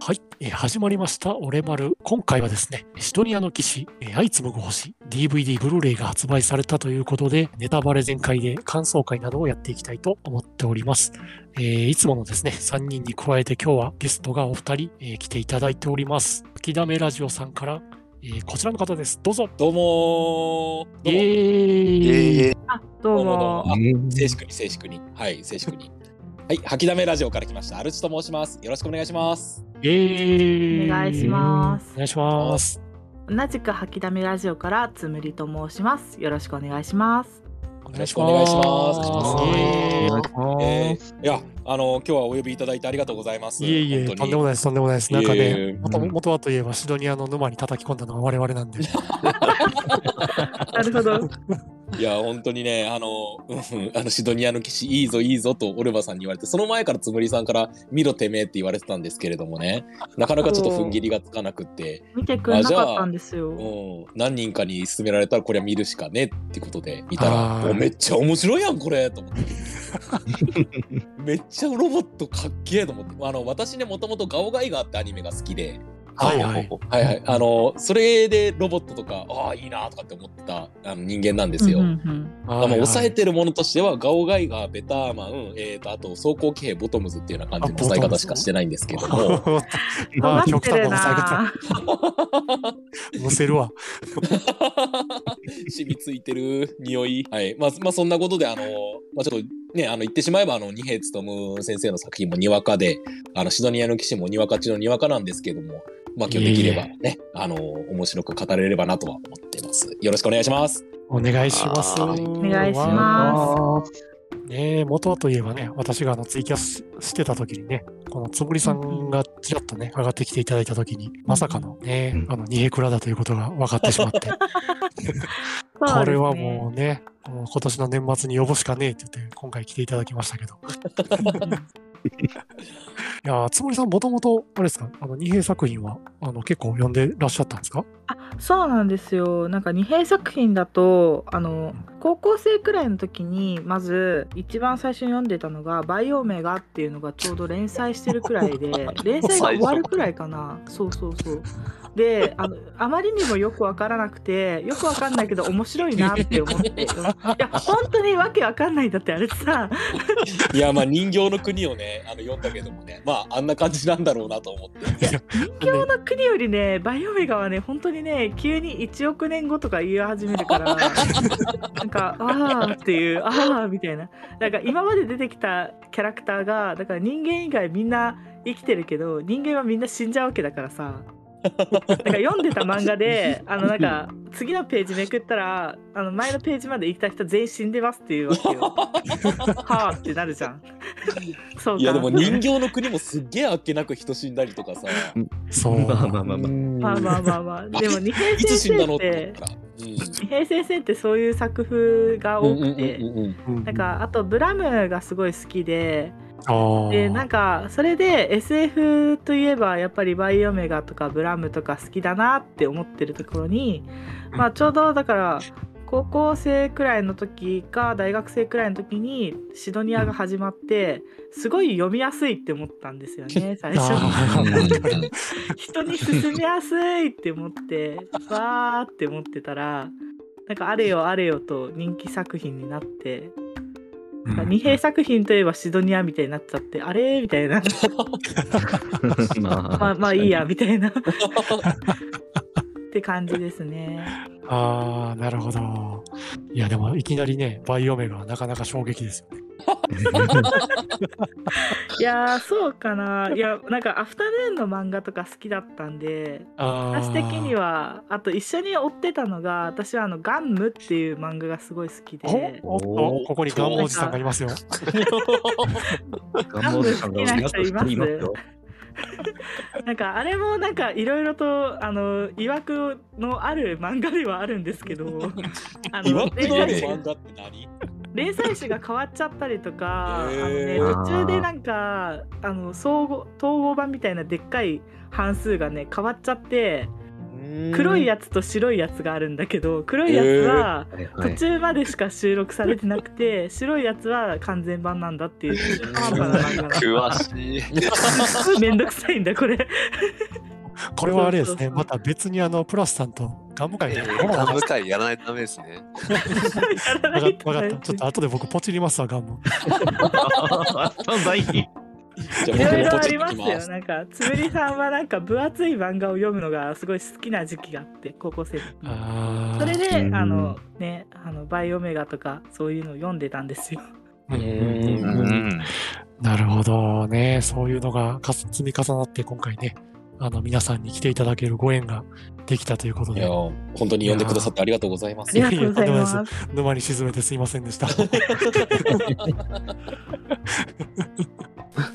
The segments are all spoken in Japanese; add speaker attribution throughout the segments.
Speaker 1: はい、えー、始まりました「オレマル」今回はですね「シドニアの騎士、えー、相次ぐ星」DVD ブルーレイが発売されたということでネタバレ全開で感想会などをやっていきたいと思っております、えー、いつものですね3人に加えて今日はゲストがお二人、えー、来ていただいております吹きだめラジオさんからえー、こちらの方です。どうぞ。
Speaker 2: どうも
Speaker 1: ー。イエーイ。
Speaker 3: あ、どうも。
Speaker 2: 静粛に、静粛に。はい、静粛に。はい、吐きだめラジオから来ました。アルチと申します。よろしくお願いします。
Speaker 1: イエー
Speaker 3: イ。お願いします。
Speaker 1: お願いします。
Speaker 3: 同じく吐きだめラジオからつむりと申します。よろしくお願いします。
Speaker 2: よろしくお願いし
Speaker 1: ます。
Speaker 2: えー、いや、あの今日はお呼びいただいてありがとうございます。
Speaker 1: いえいえ、とんでもないです、とんでもないです。なんかね、もともとはといえばシドニアの沼に叩き込んだのは我々なんで。
Speaker 3: なるほど。
Speaker 2: いや本当にねあの,、うん、あのシドニアの騎士いいぞいいぞとオルバさんに言われてその前からつむりさんから「見ろてめえ」って言われてたんですけれどもねなかなかちょっと踏ん切りがつかなくって
Speaker 3: 見てくれなかったんですよ、
Speaker 2: うん、何人かに勧められたらこれは見るしかねってことで見たら「もうめっちゃ面白いやんこれ」と思って。めっちゃロボットかっけえと思ってあの私ねもともと「ガオガイガー」ってアニメが好きで
Speaker 1: はいはい。
Speaker 2: はいはい。あの、それでロボットとか、ああ、いいなとかって思ってたあの人間なんですよ。まあ、抑えてるものとしては、ガオガイガー、ベターマン、えっ、ー、と、あと、走行騎兵ボトムズっていうような感じの抑え方しかしてないんですけ ども。
Speaker 1: まあ、極端な抑え方。乗せるわ。
Speaker 2: 染みついてる匂い。はい。まあ、まあ、そんなことで、あの、まあ、ちょっと、ね、あの言ってしまえばあの二平勉先生の作品もにわかであのシドニアの騎士もにわか中のにわかなんですけども、まあ、今日できればね、えー、あの面白く語れればなとは思ってます。よろしくお願いします。
Speaker 1: お願いします。お
Speaker 3: 願いします。
Speaker 1: ね元はといえばね、私があのツイキャスしてた時にね、このつぶりさんがちらっとね、上がってきていただいた時に、まさかのね、うん、あの、二平蔵だということが分かってしまって。 これはもうね、もう今年の年末に呼ぶしかねえって言って、今回来ていただきましたけど。いやつもりさん、もともと、あれですか、あの二平作品はあの結構読んでらっしゃったんですか
Speaker 3: あそうなんですよ。なんか二平作品だと、あの、高校生くらいの時に、まず、一番最初に読んでたのが、培養名がっていうのがちょうど連載してるくらいで、連載が終わるくらいかな。そうそうそう。であのあまりにもよく分からなくてよく分かんないけど面白いなって思っていや本当にわけ分かんないんだってあれさ
Speaker 2: いやまあ人形の国をねあの読んだけどもねまああんな感じなんだろうなと思って
Speaker 3: 人形の国よりねバイオメガはね本当にね急に1億年後とか言い始めるからなんかああっていうああみたいななんか今まで出てきたキャラクターがだから人間以外みんな生きてるけど人間はみんな死んじゃうわけだからさなんか読んでた漫画であのなんか次のページめくったらあの前のページまで行った人全員死んでますっていうわけよ。はあってなるじゃん。
Speaker 2: そういやでも人形の国もすっげえあっけなく人死んだりとかさ。
Speaker 1: そう
Speaker 3: まあまあまあまあまあまあ、まあ、でも二平先生って。二平先生ってそういう作風が多くて なんかあとブラムがすごい好きででなんかそれで SF といえばやっぱり「バイオメガ」とか「ブラム」とか好きだなって思ってるところに、まあ、ちょうどだから高校生くらいの時か大学生くらいの時にシドニアが始まってすごい読みやすいって思ったんですよ ね最初人に勧めやすいって思ってわーって思ってたらなんかあれよあれよと人気作品になって。二平作品といえばシドニアみたいになっちゃってあれみたいなまあまあいいやみ たいなって感じですね。
Speaker 1: ああなるほど。いやでもいきなりねバイオメガはなかなか衝撃ですよね。
Speaker 3: いやそうかないやなんかアフタヌーンの漫画とか好きだったんで私的にはあと一緒に追ってたのが私はあの「ガンム」っていう漫画がすごい好きで
Speaker 1: おっとここにガンムおじさんがいますよ
Speaker 3: ガンム好きな人いますなんかあれもなんかいろいろとあのいわくのある漫画ではあるんです けど
Speaker 2: あの連載誌が
Speaker 3: 連載誌が変わっちゃったりとか、あのね、途中でなんかあの総合統合版みたいなでっかい半数がね変わっちゃって。黒いやつと白いやつがあるんだけど黒いやつは途中までしか収録されてなくて、白いやつは完全版なんだっていう中 途半端な漫
Speaker 4: 画詳し
Speaker 3: いめんどくさいんだこれ
Speaker 1: これはあれですねまた別にあのプラスさんとガム会で
Speaker 4: ガム会やらないとダメですね
Speaker 1: 分か ったちょっと後で僕ポチりますわガム
Speaker 3: いろいろありますよ。なんか、つぶりさんはなんか分厚い漫画を読むのがすごい好きな時期があって、高校生それで、あの、ね、あの、バイオメガとか、そういうのを読んでたんで すよ。
Speaker 1: なるほどね。そういうのが積み重なって、今回ね、あの、皆さんに来ていただけるご縁ができたということで。いや、
Speaker 2: 本当に呼んでくださってありがとうございます。
Speaker 3: ありがとうございます。
Speaker 1: 沼に沈めてすいませんでした。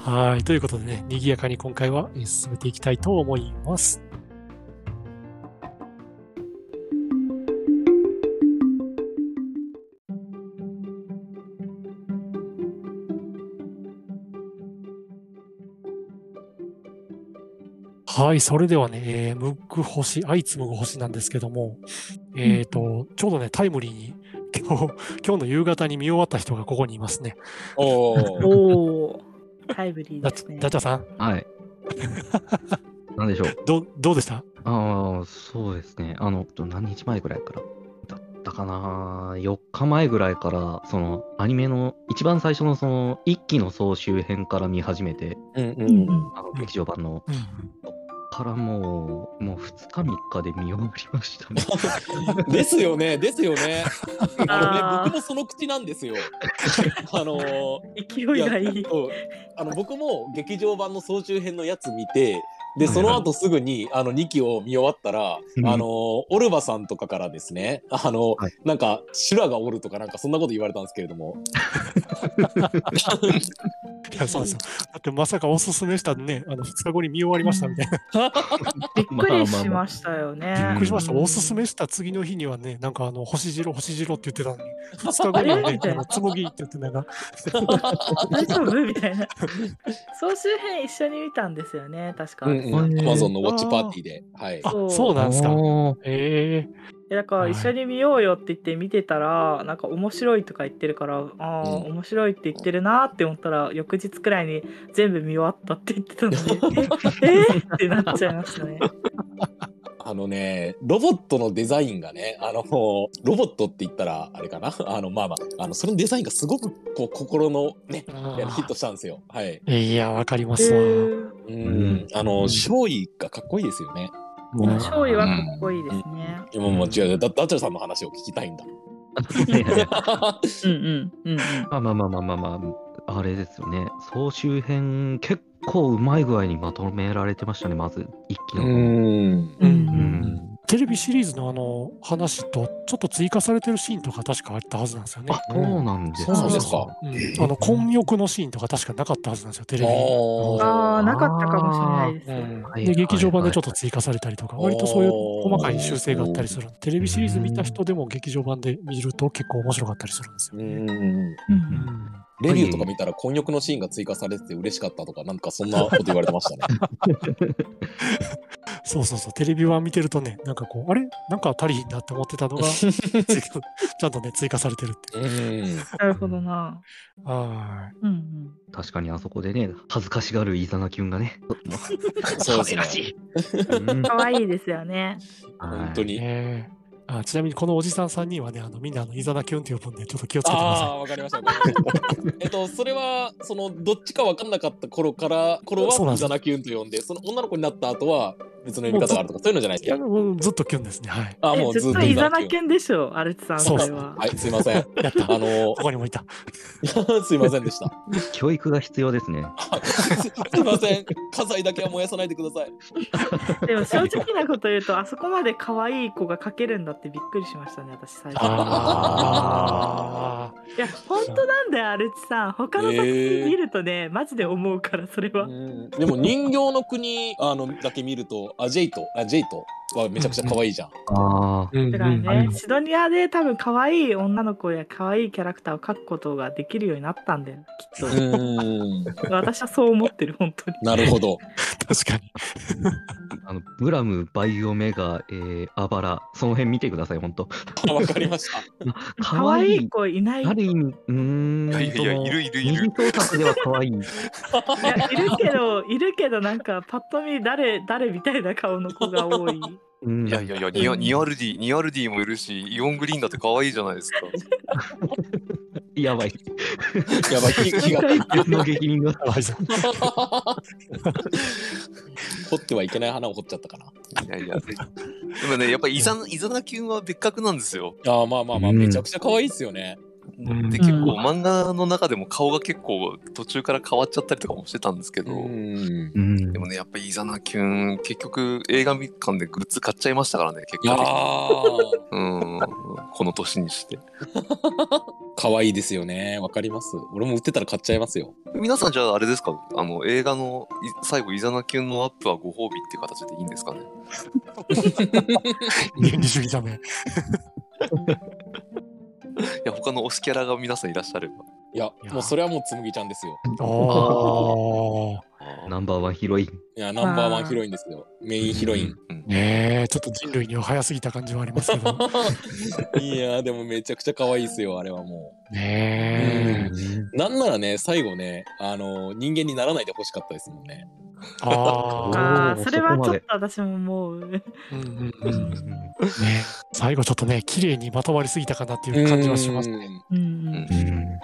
Speaker 1: はい。ということでね、賑やかに今回は進めていきたいと思います。はい、それではね、えー、ムック星、相次ぐ星なんですけども、えっ、ー、と、ちょうどね、タイムリーに、今日、今日の夕方に見終わった人がここにいますね。
Speaker 2: お
Speaker 3: お。タイムリーですね。
Speaker 1: ダチャさん。
Speaker 5: はい。なんでしょう。
Speaker 1: ど、どうでした
Speaker 5: ああ、そうですね。あの、何日前ぐらいからだったかな。4日前ぐらいから、その、アニメの一番最初のその、一期の総集編から見始めて、、
Speaker 2: うんうんうん
Speaker 5: あの劇場版の。うんうんからもう、もう2日3日で見終わりましたね。
Speaker 2: ですよね、ですよね。あのね、僕もその口なんです よ。あのー、
Speaker 3: 勢いがいい。い
Speaker 2: あの僕も劇場版の総集編のやつ見て、で、その後すぐに、あの、2期を見終わったら、うん、あの、オルバさんとかからですね、あの、はい、なんか、修羅がおるとか、なんか、そんなこと言われたんですけれども。
Speaker 1: いや、そうですよ。だって、まさかおすすめしたね、あの、2日後に見終わりましたみたいな。
Speaker 3: びっくりしましたよね。
Speaker 1: びっくりしました。おすすめした次の日にはね、なんか、あの、星白、星白って言ってたのに、2日後にはね、あの、つもぎって言って、なんか、
Speaker 3: 大丈夫みたいな。総集編一緒に見たんですよね、確か。
Speaker 2: アマゾンのウォッチパーティーで。はい、
Speaker 1: そうなんですか。え
Speaker 3: えー。だから一緒に見ようよって言って見てたら、なんか面白いとか言ってるから、ああ、面白いって言ってるなって思ったら、翌日くらいに全部見終わったって言ってたので、 え えってなっちゃいましたね。
Speaker 2: あのね、ロボットのデザインがね、あの、ロボットって言ったら、あれかな、 あの、まあまあ、あの、そのデザインがすごく、こう、心のね、ヒットしたんですよ。はい。
Speaker 1: いや、わかりますわ。
Speaker 2: うん、あの、勝利がかっこいいですよね。
Speaker 3: 勝利はかっこいいですね。
Speaker 2: うん、もう違う、だ、ダチョさんの話を聞きたいんだ。
Speaker 3: うんうんうん。
Speaker 5: まあまあまあまあまあ、あれですよね。総集編、結構。構うまい具合にまとめられてましたねまず一気の
Speaker 1: う んテレビシリーズのあの話とちょっと追加されてるシーンとか確かあったはずなんですよね。
Speaker 5: そうなんですか。
Speaker 1: あの混浴のシーンとか確かなかったはずなんですよテレビ。
Speaker 3: ああなかったかもしれないです。で
Speaker 1: 劇場版でちょっと追加されたりとか割とそういう細かい修正があったりする。テレビシリーズ見た人でも劇場版で見ると結構面白かったりするんですよ。うん
Speaker 2: レビューとか見たら混浴のシーンが追加されてて嬉しかったとか、なんかそんなこと言われてました ね。
Speaker 1: そうそうそう、テレビ版見てるとね、なんかこう、あれなんか足りひんなって思ってたのが、ちゃんとね、追加されてるって
Speaker 3: いう。なるほどな。。
Speaker 1: はい
Speaker 3: うんうん
Speaker 5: 確かにあそこでね、恥ずかしがるイザナキュン がね、
Speaker 2: そうですね。
Speaker 3: 可愛いですよね。
Speaker 2: 本当に。
Speaker 1: あちなみにこのおじさん3人はね、あのみんなのイザナキュンって呼ぶんで、ちょっと気をつけてください。
Speaker 2: あわかりました。えっと、それは、その、どっちか分かんなかった頃から、頃はイザナキュンと呼んで、その女の子になった後は、別の呼び方があるとか、そういうのじゃないですか。
Speaker 1: ずっとキュンですね。はい。
Speaker 2: あ、もうずっと
Speaker 3: イザナキュンでしょう、アルチさん、
Speaker 2: それは。はい、すいません。あの、
Speaker 1: ここにもいた。
Speaker 2: すいませんでした。
Speaker 5: 教育が必要ですね。
Speaker 2: すいません。家財だけは燃やさないでくださ
Speaker 3: い。でも、正直なこと言うと、あそこまで可愛い子が描けるんだってびっくりしましたね、私、最初。いや、本当なんだよ、アルチさん。他の作品見るとね、マジで思うから、それは。
Speaker 2: でも、人形の国、あの、だけ見ると、あ、ジェイト、あ、ジェイトはめちゃくちゃ可愛いじゃん。
Speaker 5: あ
Speaker 3: あ。だからね、シドニアで多分可愛い女の子や可愛いキャラクターを描くことができるようになったんだよ、きっと。私はそう思ってる、本当に。
Speaker 2: なるほど。
Speaker 1: 確かに。
Speaker 5: あのブラム、バイオメガ、えー、アバラ、その辺見てください、本当。
Speaker 2: あわかりました。
Speaker 5: 可
Speaker 3: 可愛
Speaker 5: 愛
Speaker 3: い
Speaker 5: い
Speaker 3: 子いない。い
Speaker 5: ある意味、うーん。
Speaker 4: いやいやいや
Speaker 5: その
Speaker 4: いるいるいる
Speaker 5: 二次創作では可愛い。
Speaker 3: やいるけど、いるけど、なんかパッと見誰、誰みたいな顔の子が多い。
Speaker 5: うん
Speaker 4: いやいやいや、
Speaker 3: ん
Speaker 4: ニアニアルディ、ニアルディもいるし、イオングリーンだって可愛いじゃないですか。
Speaker 5: やばい。
Speaker 2: やばい、火火が
Speaker 5: 別の激人が。
Speaker 1: かわいそう
Speaker 2: 掘ってはいけない花を掘っちゃったかな。
Speaker 4: いやいや、ででもね、やっぱりイザナイザナキュンは別格なんですよ。
Speaker 2: あーまあまあまあ、
Speaker 5: うん
Speaker 2: めちゃくちゃ可愛いですよね。
Speaker 1: うん
Speaker 4: で、結構漫画の中でも顔が結構途中から変わっちゃったりとかもしてたんですけど、
Speaker 2: ん。
Speaker 5: うん
Speaker 4: でもね、やっぱりイザナキュン、結局映画館でグッズ買っちゃいましたからね、結
Speaker 2: いや
Speaker 4: 構。
Speaker 2: ー、
Speaker 4: うん、この年にして。
Speaker 2: 可愛いですよね。わかります。俺も売ってたら買っちゃいますよ。
Speaker 4: 皆さんじゃああれですかあの映画のい最後イザナキュンのアップはご褒美っていう形でいいんですかね
Speaker 1: 原理主義じゃね。
Speaker 4: いや他の推しキャラが皆さんいらっしゃれば
Speaker 2: いや
Speaker 1: い、や
Speaker 2: もうそれはもうつむぎちゃんですよ。
Speaker 1: ああ。
Speaker 5: ナンバーワンヒロイン。
Speaker 2: いや、ナンバーワンヒロインですよ。メインヒロイン。
Speaker 4: うん
Speaker 1: ねえ、ちょっと人類には早すぎた感じはありますけ ど。
Speaker 2: いやー、でもめちゃくちゃ可愛いですよ、あれはも
Speaker 1: ねえ。
Speaker 2: う。なんならね、最後ね、あのー人間にならないで欲しかったですもんね。
Speaker 1: ああ。
Speaker 3: あ
Speaker 5: お
Speaker 3: あ、
Speaker 5: ー
Speaker 3: それは
Speaker 5: そこ
Speaker 3: ちょっ
Speaker 5: まで
Speaker 3: と私も思う。
Speaker 1: うんうん
Speaker 5: う
Speaker 1: うんんね最後ちょっとね、綺麗にまとわりすぎたかなっていう感じはします。
Speaker 2: ね。
Speaker 3: うんうん
Speaker 4: う
Speaker 3: ん。
Speaker 5: うん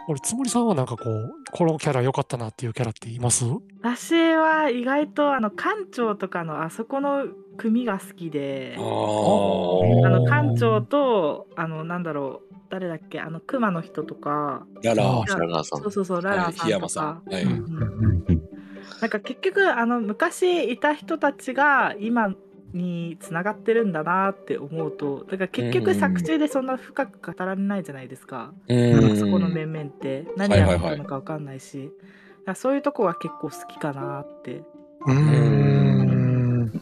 Speaker 1: 俺、つもりさんはなんかこう、このキャラ良かったなっていうキャラっています
Speaker 3: 私は意外とあの館長とかのあそこの組が好きで
Speaker 2: ああ。
Speaker 1: ー
Speaker 3: あの館長とあのなんだろう誰だっけあの熊の人とか
Speaker 2: やら
Speaker 1: あ、
Speaker 4: 白川さん
Speaker 3: そうそうそうララさんとか、
Speaker 2: 檜山さん。はい。
Speaker 3: うんうんなんか結局あの昔いた人たちが今につながってるんだなって思うとだから結
Speaker 2: うんうんう
Speaker 3: 局
Speaker 2: ん
Speaker 3: 作中でそんな深く語られないじゃないですか、
Speaker 2: うん
Speaker 3: そこの面々って何やってたのか分かんないし、だからそういうとこは結構好きかなって
Speaker 1: うーん。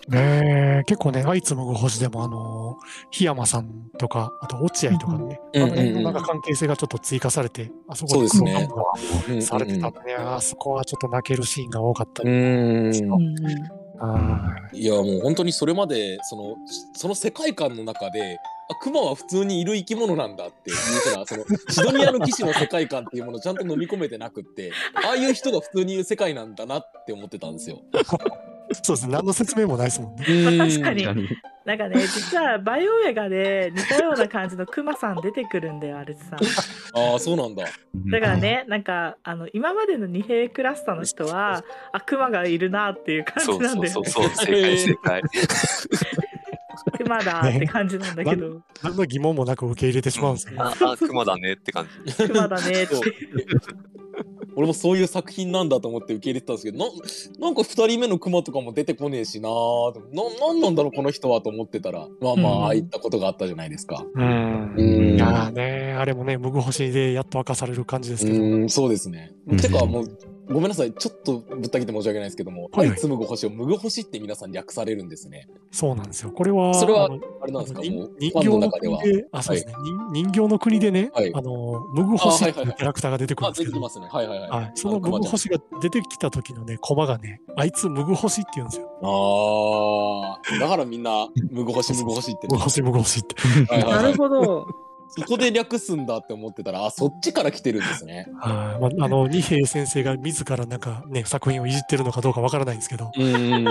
Speaker 1: ねえ、結構ね、あいつもご星でも、あのー、檜山さんとか、あと落合とかのね、
Speaker 2: うん
Speaker 1: あ
Speaker 2: うん
Speaker 1: の辺のなんか関係性がちょっと追加されて、あそ
Speaker 2: そ
Speaker 1: こ
Speaker 2: うですね
Speaker 1: 感が
Speaker 2: うんうん
Speaker 1: されてたんでね、あそこはちょっと泣けるシーンが多かった
Speaker 2: う
Speaker 1: り。
Speaker 2: ん。
Speaker 1: あ
Speaker 2: いやもう本当にそれまでそのその世界観の中であクマは普通にいる生き物なんだっていうようなそのシドニアの騎士の世界観っていうものをちゃんと飲み込めてなくってああいう人が普通にいる世界なんだなって思ってたんですよ。
Speaker 1: ーそうですね、何の説明もないですもんね。
Speaker 3: 確か
Speaker 5: 確か
Speaker 3: に
Speaker 5: に。
Speaker 3: なんかね実はバイオメガで似たような感じのクマさん出てくるんだよアレツさん
Speaker 2: ああそうなんだ。
Speaker 3: だからね、なんかあの今までの二平クラスターの人はあクマがいるなっていう感
Speaker 4: そ
Speaker 3: じ
Speaker 4: う
Speaker 3: なん
Speaker 4: そ
Speaker 3: だよ
Speaker 4: うそう
Speaker 3: ね
Speaker 4: そう正解正解
Speaker 3: クマだって感じなんだけど
Speaker 1: 何の疑問もなく受け入れてしまうんですよね。
Speaker 4: ああ熊だねって感 じ
Speaker 3: クマだねって
Speaker 2: そう俺もそういう作品なんだと思って受け入れてたんですけどななんか2人目のクマとかも出てこねえしなーとななんなんだろうこの人はと思ってたらまあま
Speaker 3: うん
Speaker 2: あああいったことがあったじゃないですか。
Speaker 1: うん。
Speaker 2: うん
Speaker 1: いやーね、あれもね、ムグ星でやっと明かされる感じですけど。
Speaker 2: うーん、そうですね。
Speaker 5: うん
Speaker 2: てか、もう、ごめんなさい。ちょっとぶった切って申し訳ないですけども、
Speaker 1: はいはい
Speaker 2: 愛つむぐ星をむぐ星って皆さん略されるんですね。
Speaker 1: そうなんですよ。これは、
Speaker 2: それは
Speaker 1: あの
Speaker 2: あれなんですか、も
Speaker 1: 人
Speaker 2: う、
Speaker 1: 人
Speaker 2: ファン
Speaker 1: 形
Speaker 2: の
Speaker 1: の
Speaker 2: 中では
Speaker 1: 国。で、あ、そうですね。人人形の国でね、
Speaker 2: はい
Speaker 1: あの、ムグ星ってい
Speaker 2: あはいはいうはい
Speaker 1: キャラクターが出てくるん
Speaker 2: あ、
Speaker 1: です
Speaker 2: 出
Speaker 1: け
Speaker 2: てき
Speaker 1: ど
Speaker 2: ま、すね。はいはいはい。
Speaker 1: はい、そのムグ星が出てきた時のね、コマがね、あいつムグ星って言うんですよ。
Speaker 2: ああ、だからみんな、むぐ星むぐ星って
Speaker 1: ム。グ星ムグ星って。
Speaker 2: はいはい
Speaker 3: な
Speaker 2: は
Speaker 3: る
Speaker 2: い
Speaker 3: ほど
Speaker 2: そこで略すんだって思ってたら、あ、そっちから来てるんですね。
Speaker 1: はい、まあ、あの、二平先生が自らなんかね、作品をいじってるのかどうかわからないんですけど。
Speaker 2: うん。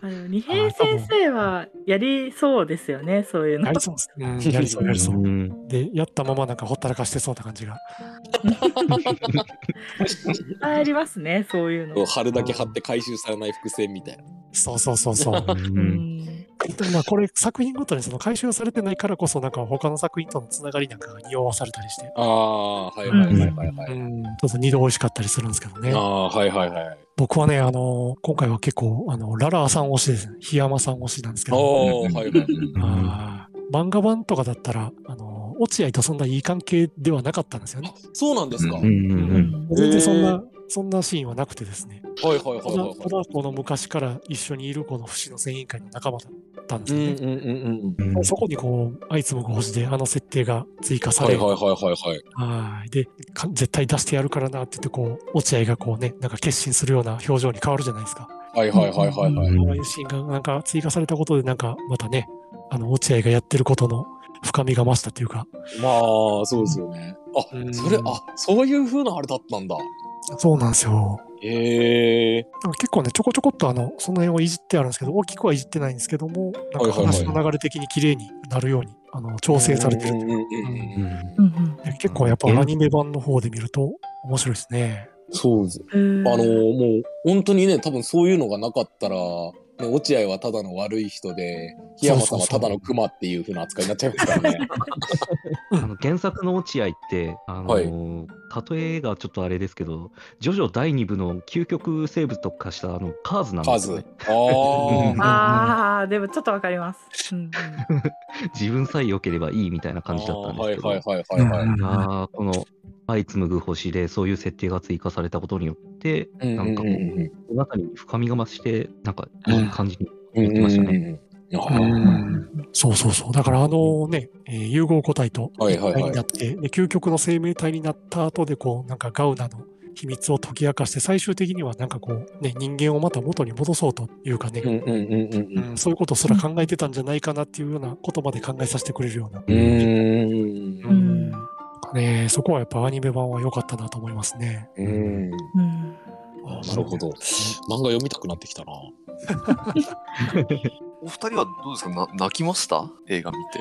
Speaker 3: あの二平先生はやりそうですよねそういうの
Speaker 1: やりそうですね。うん、やりそう、やりそう。
Speaker 5: ん。
Speaker 1: で、やったままなんかほったらかしてそうな感じが。
Speaker 3: いっぱいありますねそういうの
Speaker 2: 貼るだけ貼って回収されない伏線みたいな。
Speaker 1: そうそうそう そう。
Speaker 3: うん
Speaker 1: でもまあこれ作品ごとにその回収されてないからこそなんか他の作品とのつながりなんかが匂わされたりして、
Speaker 2: ああ、はいはいはいはいは
Speaker 1: う
Speaker 2: い。
Speaker 1: ん、ちょっと二度美味しかったりするんですけどね
Speaker 2: あ。あー、はいはいはい。
Speaker 1: 僕はね、あの今回は結構あのララーさん推しですね。檜山さん推しなんですけど、
Speaker 2: おー、はいはい。
Speaker 1: あー漫画版とかだったらあの落合とそんないい関係ではなかったんですよね
Speaker 2: あ。、そうなんですか。
Speaker 5: うん
Speaker 3: う
Speaker 5: う
Speaker 3: んん
Speaker 1: 全然そんなそんなシーンはなくてですね、
Speaker 2: はいはいはい
Speaker 1: た
Speaker 2: は
Speaker 1: だ
Speaker 2: い
Speaker 1: ただこの昔から一緒にいるこの節の戦委員会の仲間だったんです
Speaker 2: う
Speaker 1: よ
Speaker 2: ん
Speaker 1: ね。
Speaker 2: うんうんうん
Speaker 5: うん
Speaker 1: そこにこう、あいつもご星であの設定が追加さ
Speaker 2: は
Speaker 1: れ
Speaker 2: い
Speaker 1: る。
Speaker 2: はいはいはいはい
Speaker 1: はいでか絶対出してやるからなって言って、こう、落合がこうね、なんか決心するような表情に変わるじゃないですか。
Speaker 2: はいはいはいはいはい
Speaker 5: うん
Speaker 1: ああいうシーンがなんか追加されたことで、なんかまたね、あの、落合がやってることの深みが増したというか、
Speaker 2: まあそうですよね
Speaker 1: う
Speaker 2: あ
Speaker 1: ん
Speaker 2: それあそういう風なあれだったんだ
Speaker 1: そうなんですよ。
Speaker 2: へえ
Speaker 1: なんか結構ね、ちょこちょこっとあの、その辺をいじってあるんですけど、大きくはいじってないんですけども、なんか
Speaker 2: はいはいはい
Speaker 1: 話の流れ的に綺麗になるように、あの、調整されてるというか。
Speaker 5: う
Speaker 2: る
Speaker 5: ん
Speaker 3: うん
Speaker 1: で結構やっぱアニメ版の方で見ると面白いですね。
Speaker 2: そうです
Speaker 3: うん
Speaker 2: あのもう本当にね多分そういうのがなかったら、ね、落合はただの悪い人で檜山さんはただの熊っていう風な扱いになっちゃいますからね。
Speaker 5: あの原作の落合って、あのー例えがちょっとあれですけど、ジョジョ第2部の究極生物特化したあのカーズなんで
Speaker 2: カ
Speaker 5: すよ
Speaker 2: ズ
Speaker 5: ね。。
Speaker 2: あー
Speaker 5: うん
Speaker 3: ああ、でもちょっとわかります。うん
Speaker 5: 自分さえ良ければいいみたいな
Speaker 2: あ
Speaker 5: 感じだった
Speaker 2: ー
Speaker 5: んで
Speaker 2: は
Speaker 5: す
Speaker 2: い
Speaker 5: けど、
Speaker 2: はいはいはいはい。
Speaker 1: うん
Speaker 5: あーこの相紡ぐ星でそういう設定が追加されたことによって、
Speaker 2: うん
Speaker 5: なんかこ
Speaker 2: うんうん
Speaker 5: う、物語に深みが増して、なんかいい感じに
Speaker 2: うん
Speaker 5: 言ってましたね
Speaker 2: うんうんうんあ
Speaker 1: う
Speaker 2: ー
Speaker 1: んそうそうそう。だからあのね、えー融合個体と
Speaker 2: はい
Speaker 1: 一
Speaker 2: はいはい
Speaker 1: 体になって、で究極の生命体になった後で、こう、なんかガウナの秘密を解き明かして、最終的にはなんかこう、ね、人間をまた元に戻そうというかね、
Speaker 2: うんうんうんうんう
Speaker 1: うん
Speaker 2: ん
Speaker 1: そういうことすら考えてたんじゃないかなっていうようなことまで考えさせてくれるような。
Speaker 2: うーん
Speaker 3: うん
Speaker 1: なんかね、そこはやっぱアニメ版は良かったなと思いますね。
Speaker 2: うん
Speaker 3: うん
Speaker 1: な
Speaker 2: なるほど。漫画読みたくなってきたな。
Speaker 4: お二人はどうですかな泣きました映画見て。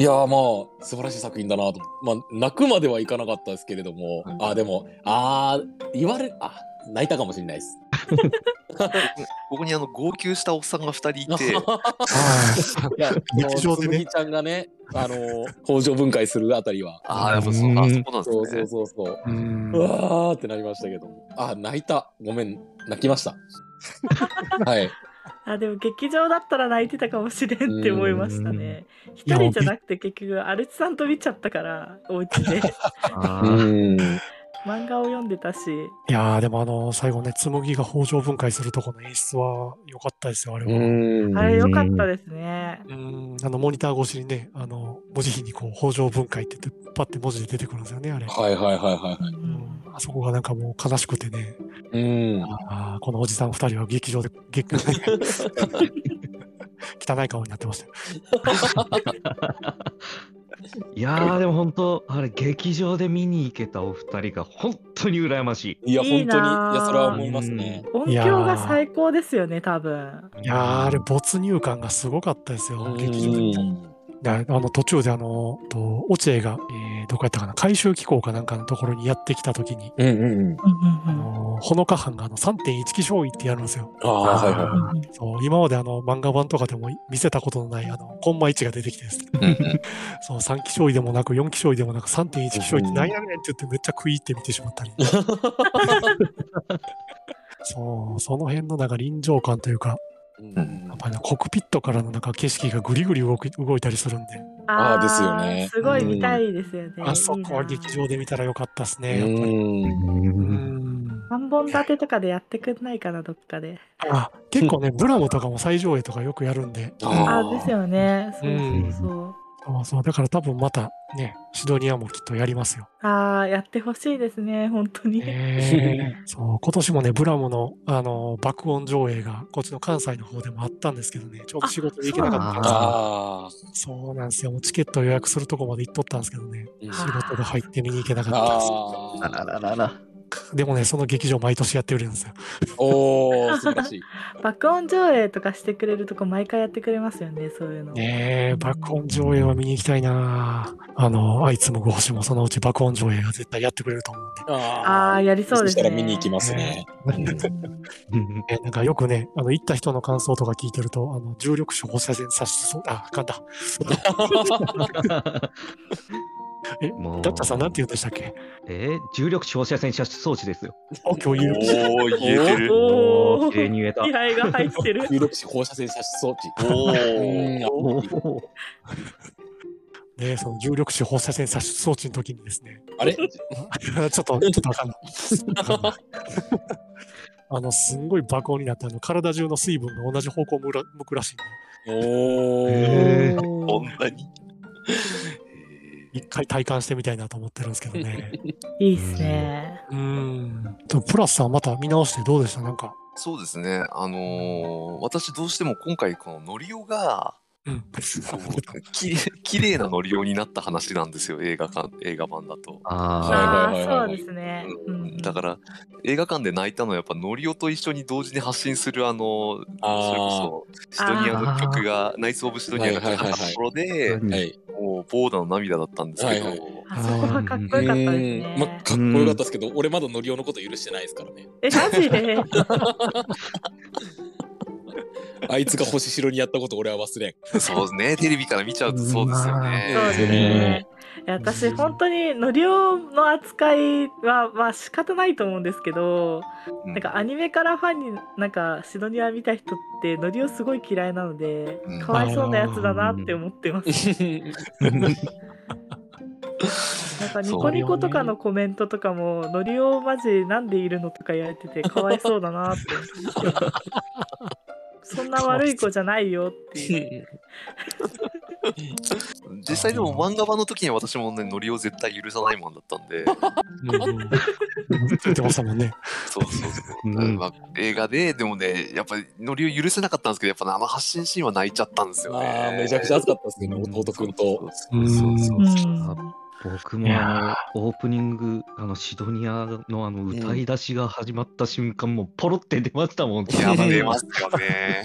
Speaker 2: いやーまあ素晴らしい作品だなと思って、まあ、泣くまではいかなかったですけれども、
Speaker 4: はい
Speaker 2: あーでもあー言われあ泣いたかもしれないです。
Speaker 4: ここにあの号泣したおっさんが二人 いて、
Speaker 2: いや、
Speaker 1: 劇場でね
Speaker 2: つむぎちゃんがね、あのー、工場分解するあたりは。
Speaker 4: ああ、やっぱそ
Speaker 5: う
Speaker 4: うあ
Speaker 5: ん
Speaker 4: そうなんですね。
Speaker 2: そうそうそうそう。
Speaker 1: うん
Speaker 2: うわーってなりましたけども。あ、泣いた。ごめん、泣きました。はい。
Speaker 3: あでも劇場だったら泣いてたかもしれんって思いましたね。一人じゃなくて結局アルチさんと見ちゃったからお家で
Speaker 5: あ
Speaker 2: う
Speaker 5: ー
Speaker 2: ん。
Speaker 3: 漫画を読んでたし。
Speaker 1: いやーでもあの最後ね紬が包丁分解するとこの演出は良かったですよあれは。うん
Speaker 2: うん。
Speaker 3: あれ良かったですね。
Speaker 1: あのモニター越しにねあの文字比にこう包丁分解って言ってパッて文字で出てくるんですよねあれ、
Speaker 2: はいはいはいは
Speaker 1: うんあそこがなんかもう悲しくてね
Speaker 2: い。うん。
Speaker 1: あーこのおじさん2人は劇 場で劇汚い顔になってましたよ
Speaker 5: いやー、でも本当、あれ、劇場で見に行けたお二人が本当に羨ましい。
Speaker 2: いや、
Speaker 3: い
Speaker 2: 本当に、
Speaker 3: い
Speaker 2: い
Speaker 3: なー
Speaker 2: や、それは思いますね。
Speaker 3: 音響が最高ですよね多分。
Speaker 1: いやーあれ没入感がすごかったです
Speaker 2: う
Speaker 1: よ
Speaker 2: ん
Speaker 1: 劇場でであの途中であのと落合が、えーどこやったかな回収機構かなんかのところにやってきた時に、
Speaker 2: うんうんうん。
Speaker 1: あのほのか藩があの3.1気象位ってやるんですよ
Speaker 2: ああ、はいはい。
Speaker 1: そう今まであの漫画版とかでも見せたことのないあのコンマ1が出てきてですね
Speaker 4: うんうん
Speaker 1: そう3気象位でもなく4気象位でもなく3.1気象位ってなんやねんって言ってめっちゃ食い入って見てしまったりそうその辺のなんか臨場感というか
Speaker 2: うん
Speaker 1: やっぱりねコックピットからのなんか景色がぐりぐり動く動いたりするんで
Speaker 2: あー
Speaker 3: あー
Speaker 2: ですよね
Speaker 3: すごい見たいですよね。
Speaker 1: あそこは劇場
Speaker 3: で。
Speaker 1: で見たらよかったです
Speaker 2: う
Speaker 1: ねやっぱり
Speaker 2: ん。
Speaker 1: うん
Speaker 3: 三本立てとかでやってくんないかなどっかで。
Speaker 1: あ結構ねブラムとかも最上映とかよくやるんで
Speaker 3: あーですよね。そうそうそう。
Speaker 1: そうそうだから多分またねシドニアもきっとやりますよ
Speaker 3: ああやってほしいですね本当に。
Speaker 1: ねえそう今年もねブラムのあの爆音上映がこっちの関西の方でもあったんですけどねちょうど仕事で行けなかったか
Speaker 2: ああ。
Speaker 1: らそうなんですよもうチケット予約するとこまで行っとったんですけどね
Speaker 2: うん
Speaker 1: 仕事が入って見に行けなかったんで
Speaker 2: あ
Speaker 5: あ
Speaker 2: あ。
Speaker 5: らららら。
Speaker 1: すでもねその劇場毎年やってくれるんですよ
Speaker 2: おお、素晴らしい。
Speaker 3: 爆音上映とかしてくれるとこ毎回やってくれますよねそういうの。
Speaker 1: ねえ爆音上映は見に行きたいなあのあいつもご星もそのうち爆音上映が絶対やってくれると思うんで
Speaker 3: ああ
Speaker 2: ああ。
Speaker 3: やりそうですね。
Speaker 2: したら見に行きますね。
Speaker 3: うん
Speaker 5: うん
Speaker 1: えなんかよくね、あの、行った人の感想とか聞いてると、あの、重力子放射線差しそう、あ、あかんだ。え
Speaker 5: もう
Speaker 1: ダッチャさん、なんて言うんでしたっけ
Speaker 5: えー重力照射線射出装置ですよ。
Speaker 1: お、共有。
Speaker 4: おー、言えてる。
Speaker 3: おお
Speaker 5: 綺麗に言え た。
Speaker 3: 気合が入ってる。
Speaker 2: 有力子放射線射出装置。
Speaker 4: お
Speaker 2: うん
Speaker 4: ー。
Speaker 5: おー
Speaker 1: ね、その重力子放射線射出装置の時にですね、
Speaker 2: あれ
Speaker 1: ちょっと、ちょっとわかんない あの、すんごい爆音になって、あの、体中の水分が同じ方向を向ら向くらしいんで、
Speaker 2: お
Speaker 5: へ
Speaker 2: ー。
Speaker 4: こんな に。
Speaker 1: 一回体感してみたいなと思ってるんですけどね。
Speaker 3: いいっすね。
Speaker 1: うん。でもプラスさん、また見直してどうでしたなんか。
Speaker 4: そうですね。あのー私どうしても今回このノリオが、
Speaker 1: うん。
Speaker 4: そうき綺麗なノリオになった話なんですよ、映画館、映画版だと。
Speaker 3: あ
Speaker 5: あ
Speaker 2: はいはい
Speaker 3: あ、
Speaker 2: はいはい
Speaker 3: そうですね。うん
Speaker 4: だから映画館で泣いたのはやっぱノリオと一緒に同時に発信するあのそれ
Speaker 2: あ
Speaker 4: こそシドニアの曲がナイス・オブ・シドニアがかかったところ
Speaker 5: あ。
Speaker 4: で
Speaker 2: あ。は
Speaker 5: 何
Speaker 2: い。
Speaker 4: もうボーダーの涙だったんですけど、
Speaker 2: はいはい
Speaker 3: あそこはかっこよかったですね
Speaker 2: うん。まあ、かっこよかったですけど、俺まだノリオのこと許してないですからね。
Speaker 3: え、マジ で
Speaker 2: あいつが星白にやったこと俺は忘れん。
Speaker 4: そうですねテレビから見ちゃうとそうですよね。
Speaker 3: そうですね。いや私、本当にのりおの扱いは、まあ、仕方ないと思うんですけど、
Speaker 4: うん
Speaker 3: なんかアニメからファンになんかシドニア見た人ってのりおすごい嫌いなので、
Speaker 4: うん
Speaker 3: かわいそうなやつだなって思ってます。なんかニコニコとかのコメントとかも、のりおマジなんでいるのとか言われてて、かわいそうだなって。そんな悪い子じゃないよっていう。
Speaker 4: 実際でも漫画版の時には私もねノリオ絶対許さないもんだったんで
Speaker 1: うん言ってましたもんね。
Speaker 4: そうそうそ
Speaker 5: う
Speaker 4: う、
Speaker 5: ん
Speaker 4: まあ映画ででもねやっぱりノリオ許せなかったんですけどやっぱあの発信シーンは泣いちゃったんですよね。
Speaker 2: ああ、めちゃくちゃ熱かったですけどね、弟くんと。
Speaker 4: そうそうそうう
Speaker 1: ー
Speaker 3: うん
Speaker 5: 僕もあのオープニング、あのシドニアのあの歌い出しが始まった瞬間、もうポロって出ましたもん。
Speaker 4: い や出ますよ ね。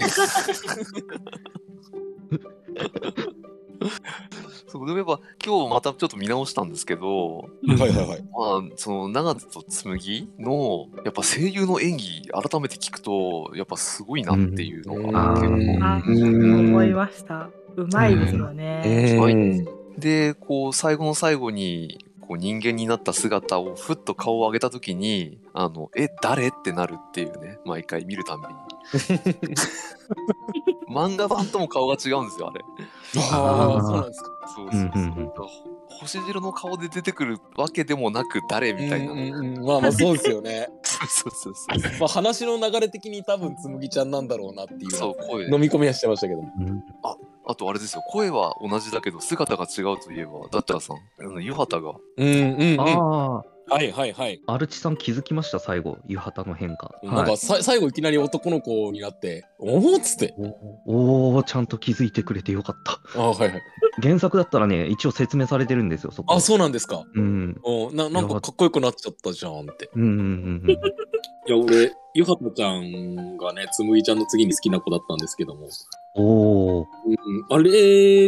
Speaker 4: そうでもやっぱ今日またちょっと見直したんですけど、
Speaker 1: うん
Speaker 2: はいはいはい。
Speaker 4: まあ、その長津と紬のやっぱ声優の演技改めて聞くとやっぱすごいなっていうのが結構、
Speaker 2: うん
Speaker 3: あ、
Speaker 2: うん
Speaker 3: 思いました。うまいですよね。
Speaker 4: でこう最後の最後にこう人間になった姿をふっと顔を上げた時に「あのえ誰?」ってなるっていうね毎回見るたんびに 漫画版とも顔が違うんですよあれ
Speaker 2: ああ、そうなんですか。
Speaker 4: そう
Speaker 5: う
Speaker 4: そ
Speaker 5: ん
Speaker 4: う
Speaker 5: う
Speaker 4: そうん
Speaker 5: うん
Speaker 4: ほ星白の顔で出てくるわけでもなく誰みたいな、
Speaker 2: うんうんうんまあまあそうですよね。
Speaker 4: そうそうそうそう
Speaker 2: まあ話の流れ的に多分つむぎちゃんなんだろうなっていう。
Speaker 4: そう声
Speaker 2: 飲み込みはしてましたけど。
Speaker 5: うん
Speaker 4: あとあれですよ声は同じだけど姿が違うといえばダッチャーさんあの湯畑が
Speaker 2: うんうんうん。は
Speaker 5: あ
Speaker 2: いはいはい。
Speaker 5: あ、アルチさん気づきました、最後、湯畑の変化。
Speaker 2: なん
Speaker 5: は
Speaker 2: か
Speaker 5: い、
Speaker 2: さ最後いきなり男の子になって、おおっつって。
Speaker 5: おお、ちゃんと気づいてくれてよかった。
Speaker 2: ああはいはい。
Speaker 5: 原作だったらね、一応説明されてるんですよ、そこ。
Speaker 2: あそうなんですか。
Speaker 5: うん。
Speaker 2: うんななんかかっこよくなっちゃったじゃんって。
Speaker 5: うんうんうんうん。
Speaker 2: いや俺、ゆはたちゃんがね、つむぎちゃんの次に好きな子だったんですけども。
Speaker 5: おお、
Speaker 2: うん、あれ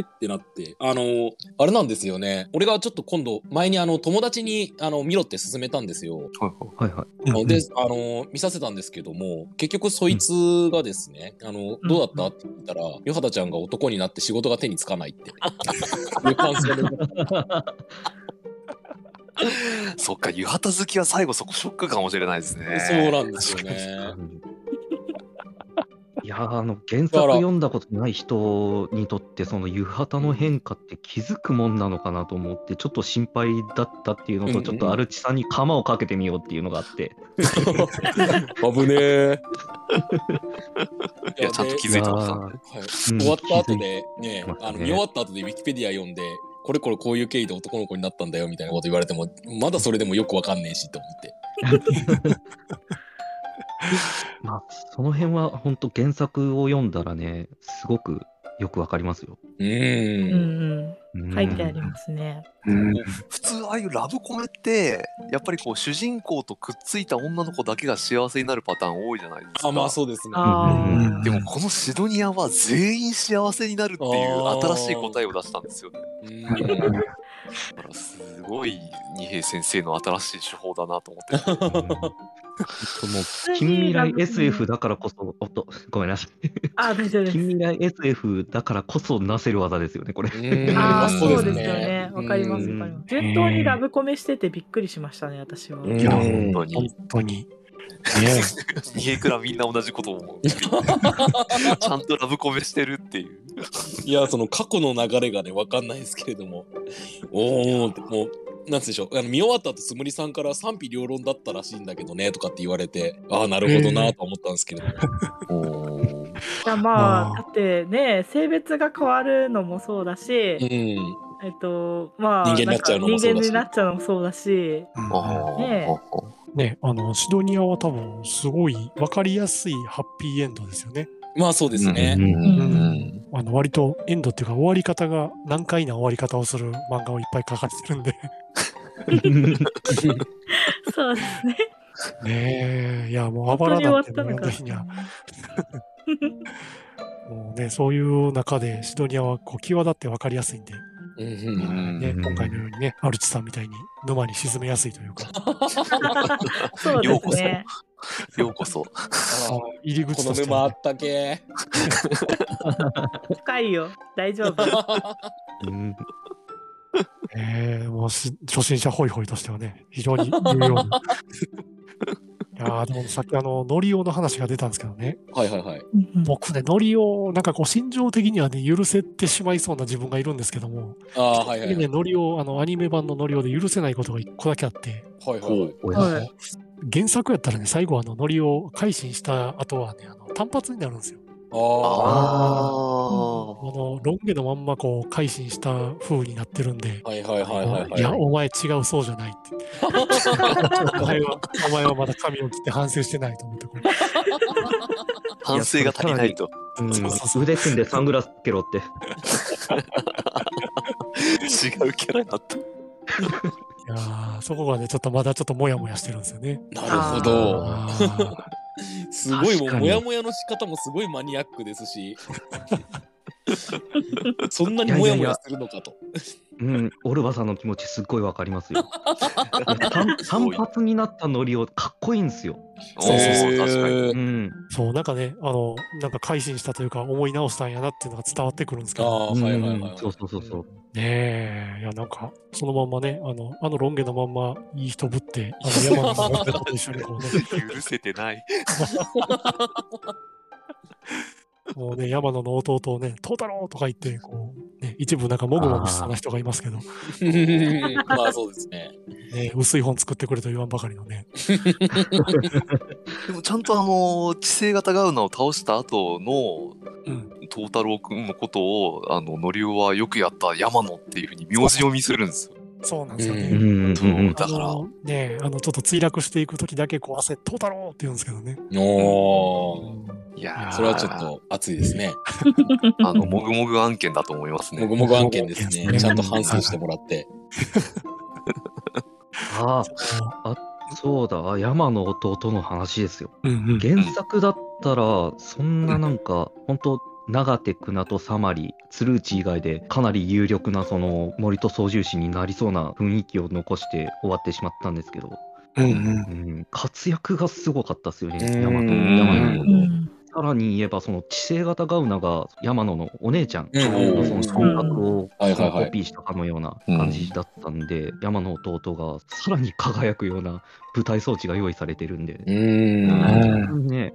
Speaker 2: ーってなって、あの、あれなんですよね。俺がちょっと今度、前にあの、友達に、あの、見ろって勧めたんですよ。
Speaker 5: はいはい。
Speaker 1: うん
Speaker 2: で、あの、見させたんですけども、結局そいつがですね、あの、どうだったって言ったら、ヨハタちゃんが男になって仕事が手につかない って。いう感想で
Speaker 4: そっか湯畑好きは最後そこショックかもしれないですね
Speaker 2: そうなんですよね。
Speaker 5: いやーあの原作読んだことない人にとってその湯畑の変化って気づくもんなのかなと思ってちょっと心配だったっていうの
Speaker 2: うんう
Speaker 5: と
Speaker 2: ん
Speaker 5: ちょっとアルチさんに釜をかけてみようっていうのがあって
Speaker 2: 危ねえ。
Speaker 4: いやちゃんと気づいてましたね
Speaker 2: はい、
Speaker 5: ん
Speaker 2: 終わった後でね、
Speaker 5: 気づいてますね
Speaker 2: あの見終わった後でウィキペディア読んで、これこれこういう経緯で男の子になったんだよみたいなこと言われても、まだそれでもよくわかんねえしと思って。
Speaker 5: まあその辺は本当原作を読んだらねすごくよくわかりますよ。
Speaker 2: う
Speaker 3: うん
Speaker 2: ーん。
Speaker 3: うん。
Speaker 5: うん
Speaker 3: 書いてありますね。
Speaker 5: うん
Speaker 4: 普通ああいうラブコメってやっぱりこう主人公とくっついた女の子だけが幸せになるパターン多いじゃないですか
Speaker 2: あ、まあそうですね。
Speaker 5: うん
Speaker 3: ああ。
Speaker 4: でもこのシドニアは全員幸せになるっていう新しい答えを出したんですよね
Speaker 2: うん
Speaker 4: だからすごい二平先生の新しい手法だなと思って
Speaker 5: うんちょっともう近未来 SF だからこそおっとごめんなさ い
Speaker 3: あ、大丈夫です
Speaker 5: 近。未来 SF だからこそなせる技ですよねこれ。
Speaker 2: うん
Speaker 3: あ
Speaker 2: ま
Speaker 3: あ、
Speaker 2: あ
Speaker 3: そう
Speaker 2: で
Speaker 3: ですすよね。わかります、わかります。順当にラブコメしててびっくりしましたね、私は。
Speaker 2: うん
Speaker 4: いや本当
Speaker 1: 本
Speaker 4: に
Speaker 1: 当に。ね
Speaker 4: ニヘクラみんな同じこと思う。ち ゃんとラブコメしてるっていう。
Speaker 2: いや、その過去の流れがね、わかんないですけれども。 おお、もう。なんつうでしょうあの見終わった後つむりさんから賛否両論だったらしいんだけどねとかって言われてああなるほどなと思ったんですけれども、
Speaker 3: いやまあだってね性別が変わるのもそうだし、
Speaker 2: うん、
Speaker 3: えっとまあ
Speaker 2: 人間になっちゃうのもそうだし
Speaker 3: なんか人間になっちゃうのもそうだし
Speaker 4: あー
Speaker 3: ね
Speaker 1: ね、あのシドニアは多分すごい分かりやすいハッピーエンドですよね。
Speaker 2: まあそうですね、
Speaker 5: うん
Speaker 4: う
Speaker 5: うん
Speaker 4: ん
Speaker 1: あの割とエンドっていうか終わり方が難解な終わり方をする漫画をいっぱい書かれてるんで
Speaker 3: そうです ね
Speaker 1: ね えいやもうあばら
Speaker 3: 本当に
Speaker 1: な
Speaker 3: 終わ
Speaker 1: ん
Speaker 3: ってたの
Speaker 1: も
Speaker 3: か
Speaker 1: う
Speaker 3: な
Speaker 1: 私にはもうねそういう中でシドニアはこう際立って分かりやすいんで、
Speaker 2: うんう
Speaker 4: うんん
Speaker 1: ね
Speaker 5: うん
Speaker 1: 今回のようにねアルチさんみたいに沼に沈めやすいという か
Speaker 3: そう
Speaker 4: よう
Speaker 3: です
Speaker 4: こそ
Speaker 3: ね
Speaker 4: ようこそ。
Speaker 2: あ
Speaker 1: あの入り
Speaker 2: ーこ
Speaker 1: 口
Speaker 2: の
Speaker 1: として
Speaker 2: 沼あ
Speaker 1: はね、
Speaker 2: ったけ
Speaker 3: 深いよ大丈夫
Speaker 5: うん
Speaker 1: ええもうし初心者ホイホイとしてはね非常に有 用にいやーでもさっきあのノリオの話が出たんですけどね
Speaker 2: はいはいはい
Speaker 1: 僕ね、ノリを、なんかこう、心情的にはね、許せてしまいそうな自分がいるんですけども、
Speaker 2: ああはいはいは
Speaker 1: ね、
Speaker 2: い
Speaker 1: ノリを、あの、アニメ版のノリをで許せないことが一個だけあって、
Speaker 2: はいはいはい
Speaker 5: おや
Speaker 3: はい
Speaker 1: 原作やったらね、最後、あの、ノリを改心した後はね、あの、単発になるんですよ。
Speaker 2: ああ
Speaker 4: あ
Speaker 1: あの、ロン毛のまんま、こう、改心した風になってるんで、
Speaker 2: はいはいはいはいはい
Speaker 1: や、お前違うそうじゃないって。お前 は、お前はまだ髪を切って反省してないと思って、こう
Speaker 4: あ。反省が足りないと。
Speaker 5: うん
Speaker 1: そうそうそう
Speaker 5: 腕組んでサングラスつけろって。
Speaker 4: 違うキャラになった。
Speaker 1: いやーそこがね、ちょっとまだちょっとモヤモヤしてるんですよね。
Speaker 2: なるほど
Speaker 1: あー
Speaker 2: すごいも
Speaker 5: 確
Speaker 2: う
Speaker 5: かに
Speaker 2: モヤモヤの仕方もすごいマニアックですしそんなにモヤモヤするのかと
Speaker 5: うん、オルバさんの気持ちすっごいわかりますよ。単単発になったノリをかっこいいんですよ。
Speaker 1: そうそうそう
Speaker 4: おー確かに。
Speaker 2: へ
Speaker 5: う
Speaker 2: ー
Speaker 5: ん、
Speaker 1: そう、なんかね、あの、なんか改心したというか、思い直したんやなっていうのが伝わってくるんですけ
Speaker 2: あ
Speaker 1: ど、
Speaker 2: あはいはいはいは
Speaker 5: うん
Speaker 2: い
Speaker 5: そうそうそうそう。
Speaker 1: ねえ、いや、なんか、そのまんまね、あの、あのロン毛のまんま、いい人ぶって、あ の、山の登ったと一緒にこうね、
Speaker 4: 許せてない。
Speaker 1: もうね、山野の弟をね、トータローとか言って、こう、ね、一部なんかもぐもぐしそうな人がいますけど、
Speaker 2: まあそうですね。
Speaker 1: ね、薄い本作ってくれと言わんばかりのね、
Speaker 4: でもちゃんとあの、知性が違うのを倒した後の、
Speaker 1: うん
Speaker 4: トータロー君のことを、あの、のりおはよくやった山野っていうふうに名字読みするんですよ。
Speaker 1: そうなんですよ
Speaker 5: うん
Speaker 1: ね。
Speaker 5: うんうん
Speaker 4: だから
Speaker 1: あのねあの、ちょっと墜落していく時だけ、こう、汗、トータローって言うんですけどね。
Speaker 2: おお、
Speaker 1: う
Speaker 4: いやー
Speaker 2: それはちょっ。と熱いですね。
Speaker 4: あの、もぐもぐ案件だと思いますね。
Speaker 2: もぐもぐ案件です
Speaker 1: もぐもぐ案件です
Speaker 2: ね。
Speaker 1: ね
Speaker 2: ちゃんと反省してもらって。
Speaker 5: ああ、そうだ、山の弟の話ですよ。
Speaker 1: んうん
Speaker 5: 原作だったら、そんななんか、本当長手久名とサマリ、鶴内以外でかなり有力なその森と操縦士になりそうな雰囲気を残して終わってしまったんですけど、
Speaker 1: うんうん
Speaker 5: うん、活躍がすごかったですよね、
Speaker 2: うん
Speaker 5: 山野山
Speaker 3: う
Speaker 5: 野の弟
Speaker 3: ん
Speaker 5: さらに言えば、その知性型ガウナが山野のお姉ちゃん
Speaker 2: うん
Speaker 5: のその性格を
Speaker 2: はいはいはい
Speaker 5: コピーしたかのような感じだったんで、山野弟がさらに輝くような舞台装置が用意されてるんで、
Speaker 2: うーん。
Speaker 5: ね、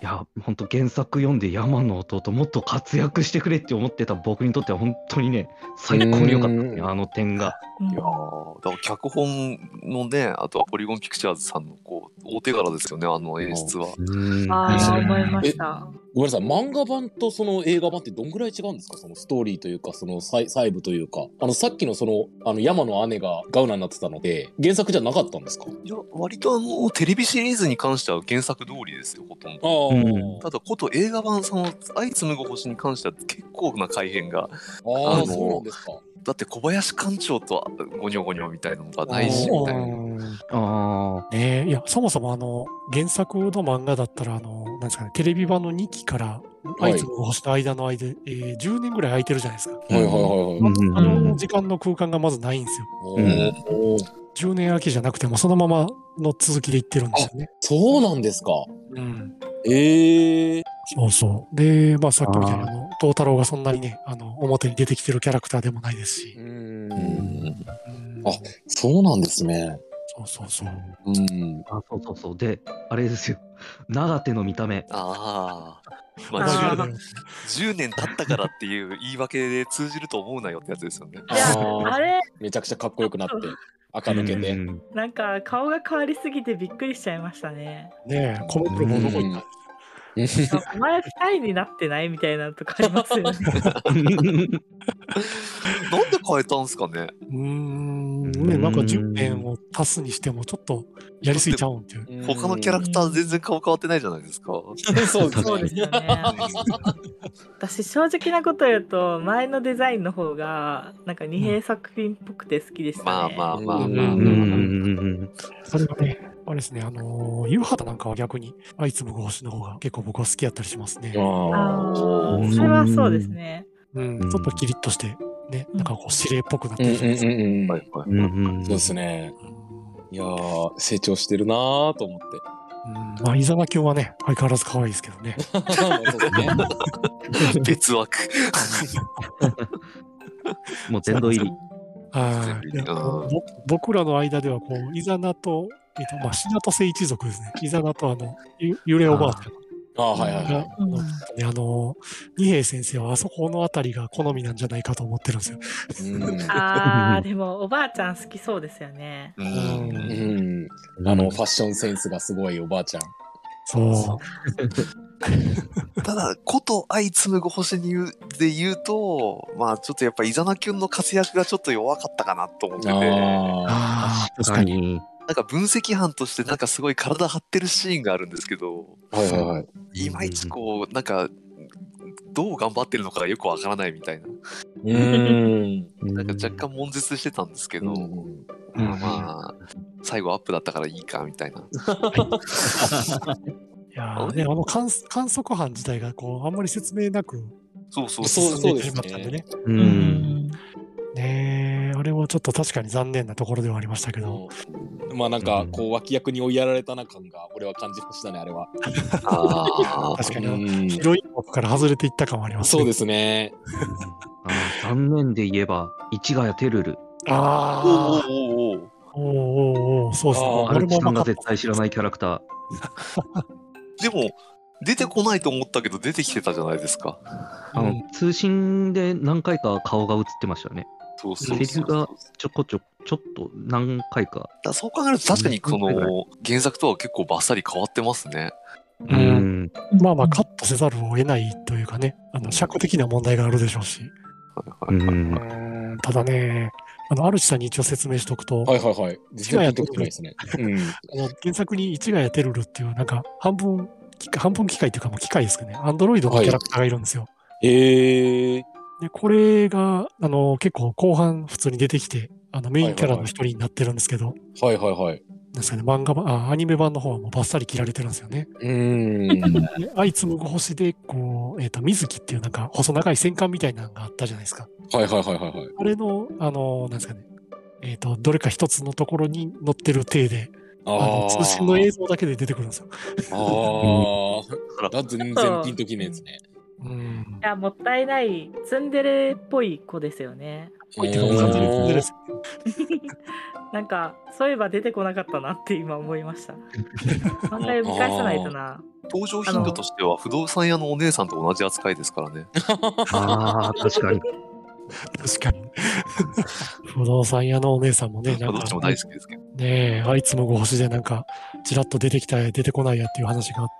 Speaker 5: いや、本当原作読んで山野弟もっと活躍してくれって思ってた僕にとっては本当にね、最高に良かったですね、
Speaker 2: うん
Speaker 5: あの点が。
Speaker 4: いやーだから脚本のね、あとはポリゴンピクチャーズさんのこう大手柄ですよね、あの演出は。
Speaker 5: うん
Speaker 3: ああ
Speaker 2: うん
Speaker 3: 思いました
Speaker 2: ごめんなさい、漫画版とその映画版ってどんぐらい違うんですかそのストーリーというか、その細細部というか。あの、さっきのその、あの、山の姉がガウナになってたので、原作じゃなかったんですか
Speaker 4: いや、割とあの、テレビシリーズに関しては原作通りですよ、ほとん
Speaker 2: あ
Speaker 4: ど。
Speaker 2: あ、
Speaker 5: うん
Speaker 4: ただ、こと映画版、その、相紡ぐ星に関しては結構な改変が。
Speaker 2: あ
Speaker 4: あ
Speaker 2: あ、
Speaker 4: の
Speaker 2: そうなんですか。
Speaker 4: だって小林館長とゴニョゴニョみたいなのが
Speaker 1: う
Speaker 4: ないし、みたいな。
Speaker 1: ん
Speaker 5: あ
Speaker 1: ねえ、いや、そもそもあの、原作の漫画だったら、あの、なんですかね、テレビ版の2期から、
Speaker 2: い
Speaker 1: 相次ぐ星の間の間、えー10年ぐらい空いてるじゃないですか。
Speaker 2: はいはいはい
Speaker 5: ー
Speaker 2: はい。
Speaker 5: うん
Speaker 1: あの、時間の空間がまずないんですよ。
Speaker 2: お
Speaker 5: うん
Speaker 2: ーおー
Speaker 1: 10年空きじゃなくても、そのままの続きでいってるんですよね。
Speaker 2: そうなんですか。
Speaker 1: うん。
Speaker 2: ええ
Speaker 1: そうそう。で、まあ、さっきみたいに、あの、東太郎がそんなにね、あの、表に出てきてるキャラクターでもないですし。
Speaker 2: うん。
Speaker 1: うん
Speaker 2: あそうなんですね。
Speaker 1: そうそうそう。
Speaker 2: うん。
Speaker 5: あ、そうそうそう。で、あれですよ。長手の見た目。
Speaker 4: ああ。ま
Speaker 3: あー
Speaker 4: あ、
Speaker 1: 間違いないですね
Speaker 4: 10年経ったからっていう言い訳で通じると思うなよってやつですよね。
Speaker 3: いや
Speaker 2: あー
Speaker 3: あれ
Speaker 2: めちゃくちゃかっこよくなって、赤抜け
Speaker 5: う
Speaker 2: て。
Speaker 5: ん
Speaker 3: なんか顔が変わりすぎてびっくりしちゃいましたね。
Speaker 1: ねえ、コメントもどこ行ったん
Speaker 3: お前二重になってないみたいなとかありますよね。
Speaker 4: なんで変えたんすかね
Speaker 1: うーん、ね、なんか10年を足すにしても、ちょっとやりすぎちゃうんっていう。
Speaker 4: 他のキャラクター全然顔変わってないじゃないですか。
Speaker 2: タ そう
Speaker 3: そうですよね。私正直なこと言うと前のデザインの方がなんか二平作品っぽくて好きでしたね。
Speaker 4: まあまあま
Speaker 5: う
Speaker 4: あまあ
Speaker 5: んうんうん
Speaker 1: それがね、あれですね、あのー、夕方なんかは逆に、あいつもご星の方が結構僕は好きやったりしますね。
Speaker 2: あ
Speaker 3: あ
Speaker 2: ー
Speaker 3: ーそれはそうですね。
Speaker 1: うん、
Speaker 5: うん
Speaker 1: ちょっとキリッとして、ね、なんかこう、指令っぽくなっ
Speaker 2: う
Speaker 1: て
Speaker 2: んう
Speaker 1: るじゃないですか。
Speaker 2: んうん
Speaker 4: は
Speaker 2: はい
Speaker 4: いはい。
Speaker 5: うんうんうん。
Speaker 2: そうですね。いやー成長してるなーと思 って。
Speaker 1: うんまあ、伊沢なきはね、相変わらず可愛いですけどね。
Speaker 2: そうですね
Speaker 4: 別枠。
Speaker 5: もう殿堂入り。
Speaker 1: はい。いやぼ僕らの間では、こう、イザナと、えっと、まあ、シナトセ一族ですね。イザナと、あの、ゆ幽霊おばあちゃん
Speaker 2: あーはいはいはい。
Speaker 1: が、あのね、あの、二平先生はあそこのあたりが好みなんじゃないかと思ってるんですよ。
Speaker 2: うん
Speaker 3: ああでもおばあちゃん好きそうですよね。
Speaker 4: う。
Speaker 2: うんん、あのファッションセンスがすごいおば あちゃん。
Speaker 1: そう。
Speaker 4: ただ、ことあいつむご星に言うで言うと、まあちょっとやっぱイザナキュンの活躍がちょっと弱かったかなと思ってて、な
Speaker 2: あ
Speaker 1: ああ、
Speaker 5: 確か。に。
Speaker 4: んか分析班としてなんかすごい体張ってるシーンがあるんですけど、
Speaker 2: あ、はいはいはい。
Speaker 4: いまいちこう、なんか、どう頑張ってるのかがよくわからないみたいな。
Speaker 2: うん。
Speaker 4: なんか若干悶絶してたんですけど、
Speaker 5: うん
Speaker 4: まあまあ、最後アップだったからいいかみたいな。
Speaker 1: いやーね、あの観観測班自体がこうあんまり説明なく
Speaker 4: そうそう
Speaker 2: そう
Speaker 1: 進んでいっ
Speaker 2: で
Speaker 1: てし
Speaker 2: す
Speaker 1: ま
Speaker 2: ね
Speaker 1: ったんでね。
Speaker 5: う。
Speaker 3: うん
Speaker 1: ねえあれはちょっと確かに残念なところではありましたけど、
Speaker 2: まあなんかこう脇役に追いやられたな感が俺は感じましたねあれは。
Speaker 4: あ
Speaker 1: 確かに、
Speaker 2: うん
Speaker 1: ヒロイン枠から外れていった感はありますね。。
Speaker 2: そうですすね。
Speaker 5: あー残念で言えば、市ヶ谷てるる。
Speaker 4: あ。
Speaker 1: ああ、
Speaker 4: おおおうお
Speaker 1: お
Speaker 4: う
Speaker 1: ーおーおーそうですね
Speaker 2: あ。ー
Speaker 5: アルチさんが
Speaker 1: 分か
Speaker 5: 絶対知らないキャラクター。
Speaker 4: でも、出てこないと思ったけど、出てきてたじゃないですか。
Speaker 5: あの、通信で何回か顔が映ってましたよね。
Speaker 4: そうそう
Speaker 5: セ
Speaker 4: そ
Speaker 5: リ
Speaker 4: う
Speaker 5: フがちょこちょ、ちょっと何回か。
Speaker 4: だそう考えると、確かにそ
Speaker 5: うん
Speaker 4: の原作とは結構バッサリ変わってますね。
Speaker 5: う
Speaker 1: うん
Speaker 5: ん。
Speaker 1: まあまあカットせざるを得ないというかね、あの尺的な問題があるでしょうし、
Speaker 4: は
Speaker 5: う
Speaker 4: いはいはい
Speaker 5: ん。
Speaker 1: うんただね、あのアルチさんに一応説明しておくと、
Speaker 2: はいはいはい。全然ピンときてないですね。うん。
Speaker 1: あの原作に市ヶ谷テルルっていうなんか半分機械半分機械っていうかもう機械ですかね、アンドロイドのキャラクターがいるんですよ。
Speaker 2: ええ。
Speaker 1: で、これが、あの、結構後半普通に出てきて、あの、メインキャラの一人になってるんですけど、
Speaker 2: はいはいは
Speaker 1: な
Speaker 2: い。
Speaker 1: んですかね、漫画版、あ、アニメ版の方はもうバッサリ切られてるんですよね。
Speaker 2: うん。
Speaker 1: で、あいつむぐ星で、こう、えっ、と、水木っていうなんか細長い戦艦みたいなのがあったじゃないですか。
Speaker 2: はいはいはいはいはい。
Speaker 1: あれの、あの、なんですかね、えっ、と、どれか一つのところに載ってる体で、あの
Speaker 2: ああ。
Speaker 1: 通信の映像だけで出てくるんですよ。
Speaker 2: ああ。だ全然ピンときねえですね。
Speaker 1: うん
Speaker 3: い。やもったいないツンデレっぽい子ですよね。
Speaker 1: こういった感じでです
Speaker 3: なんかそういえば出てこなかったなって今思いました。漫画読み返さないとな。
Speaker 4: 登場頻度としては、不動産屋のお姉さんと同じ扱いですからね。
Speaker 5: ああ、確かに。
Speaker 1: 確かに。不動産屋のお姉さんもね、な
Speaker 4: まあ
Speaker 1: ん
Speaker 4: ど
Speaker 1: か
Speaker 4: っちも大好きですけど。
Speaker 1: ねえ、あいつもご星でなんか、ちらっと出てきたや、出てこないやっていう話があって。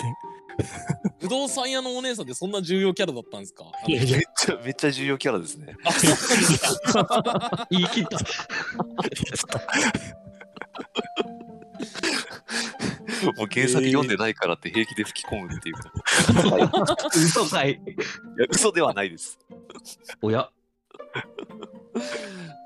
Speaker 2: 不動産屋のお姉さんってそんな重要キャラだったんですか
Speaker 1: いやいや
Speaker 4: めっちゃ、めっちゃ重要キャラですね。
Speaker 2: あ、そうなんですか。
Speaker 5: 言い切った。
Speaker 4: もう原作読んでないからって平気で吹き込むっていう。
Speaker 5: 嘘かい。
Speaker 4: いや嘘ではないです。
Speaker 5: おや。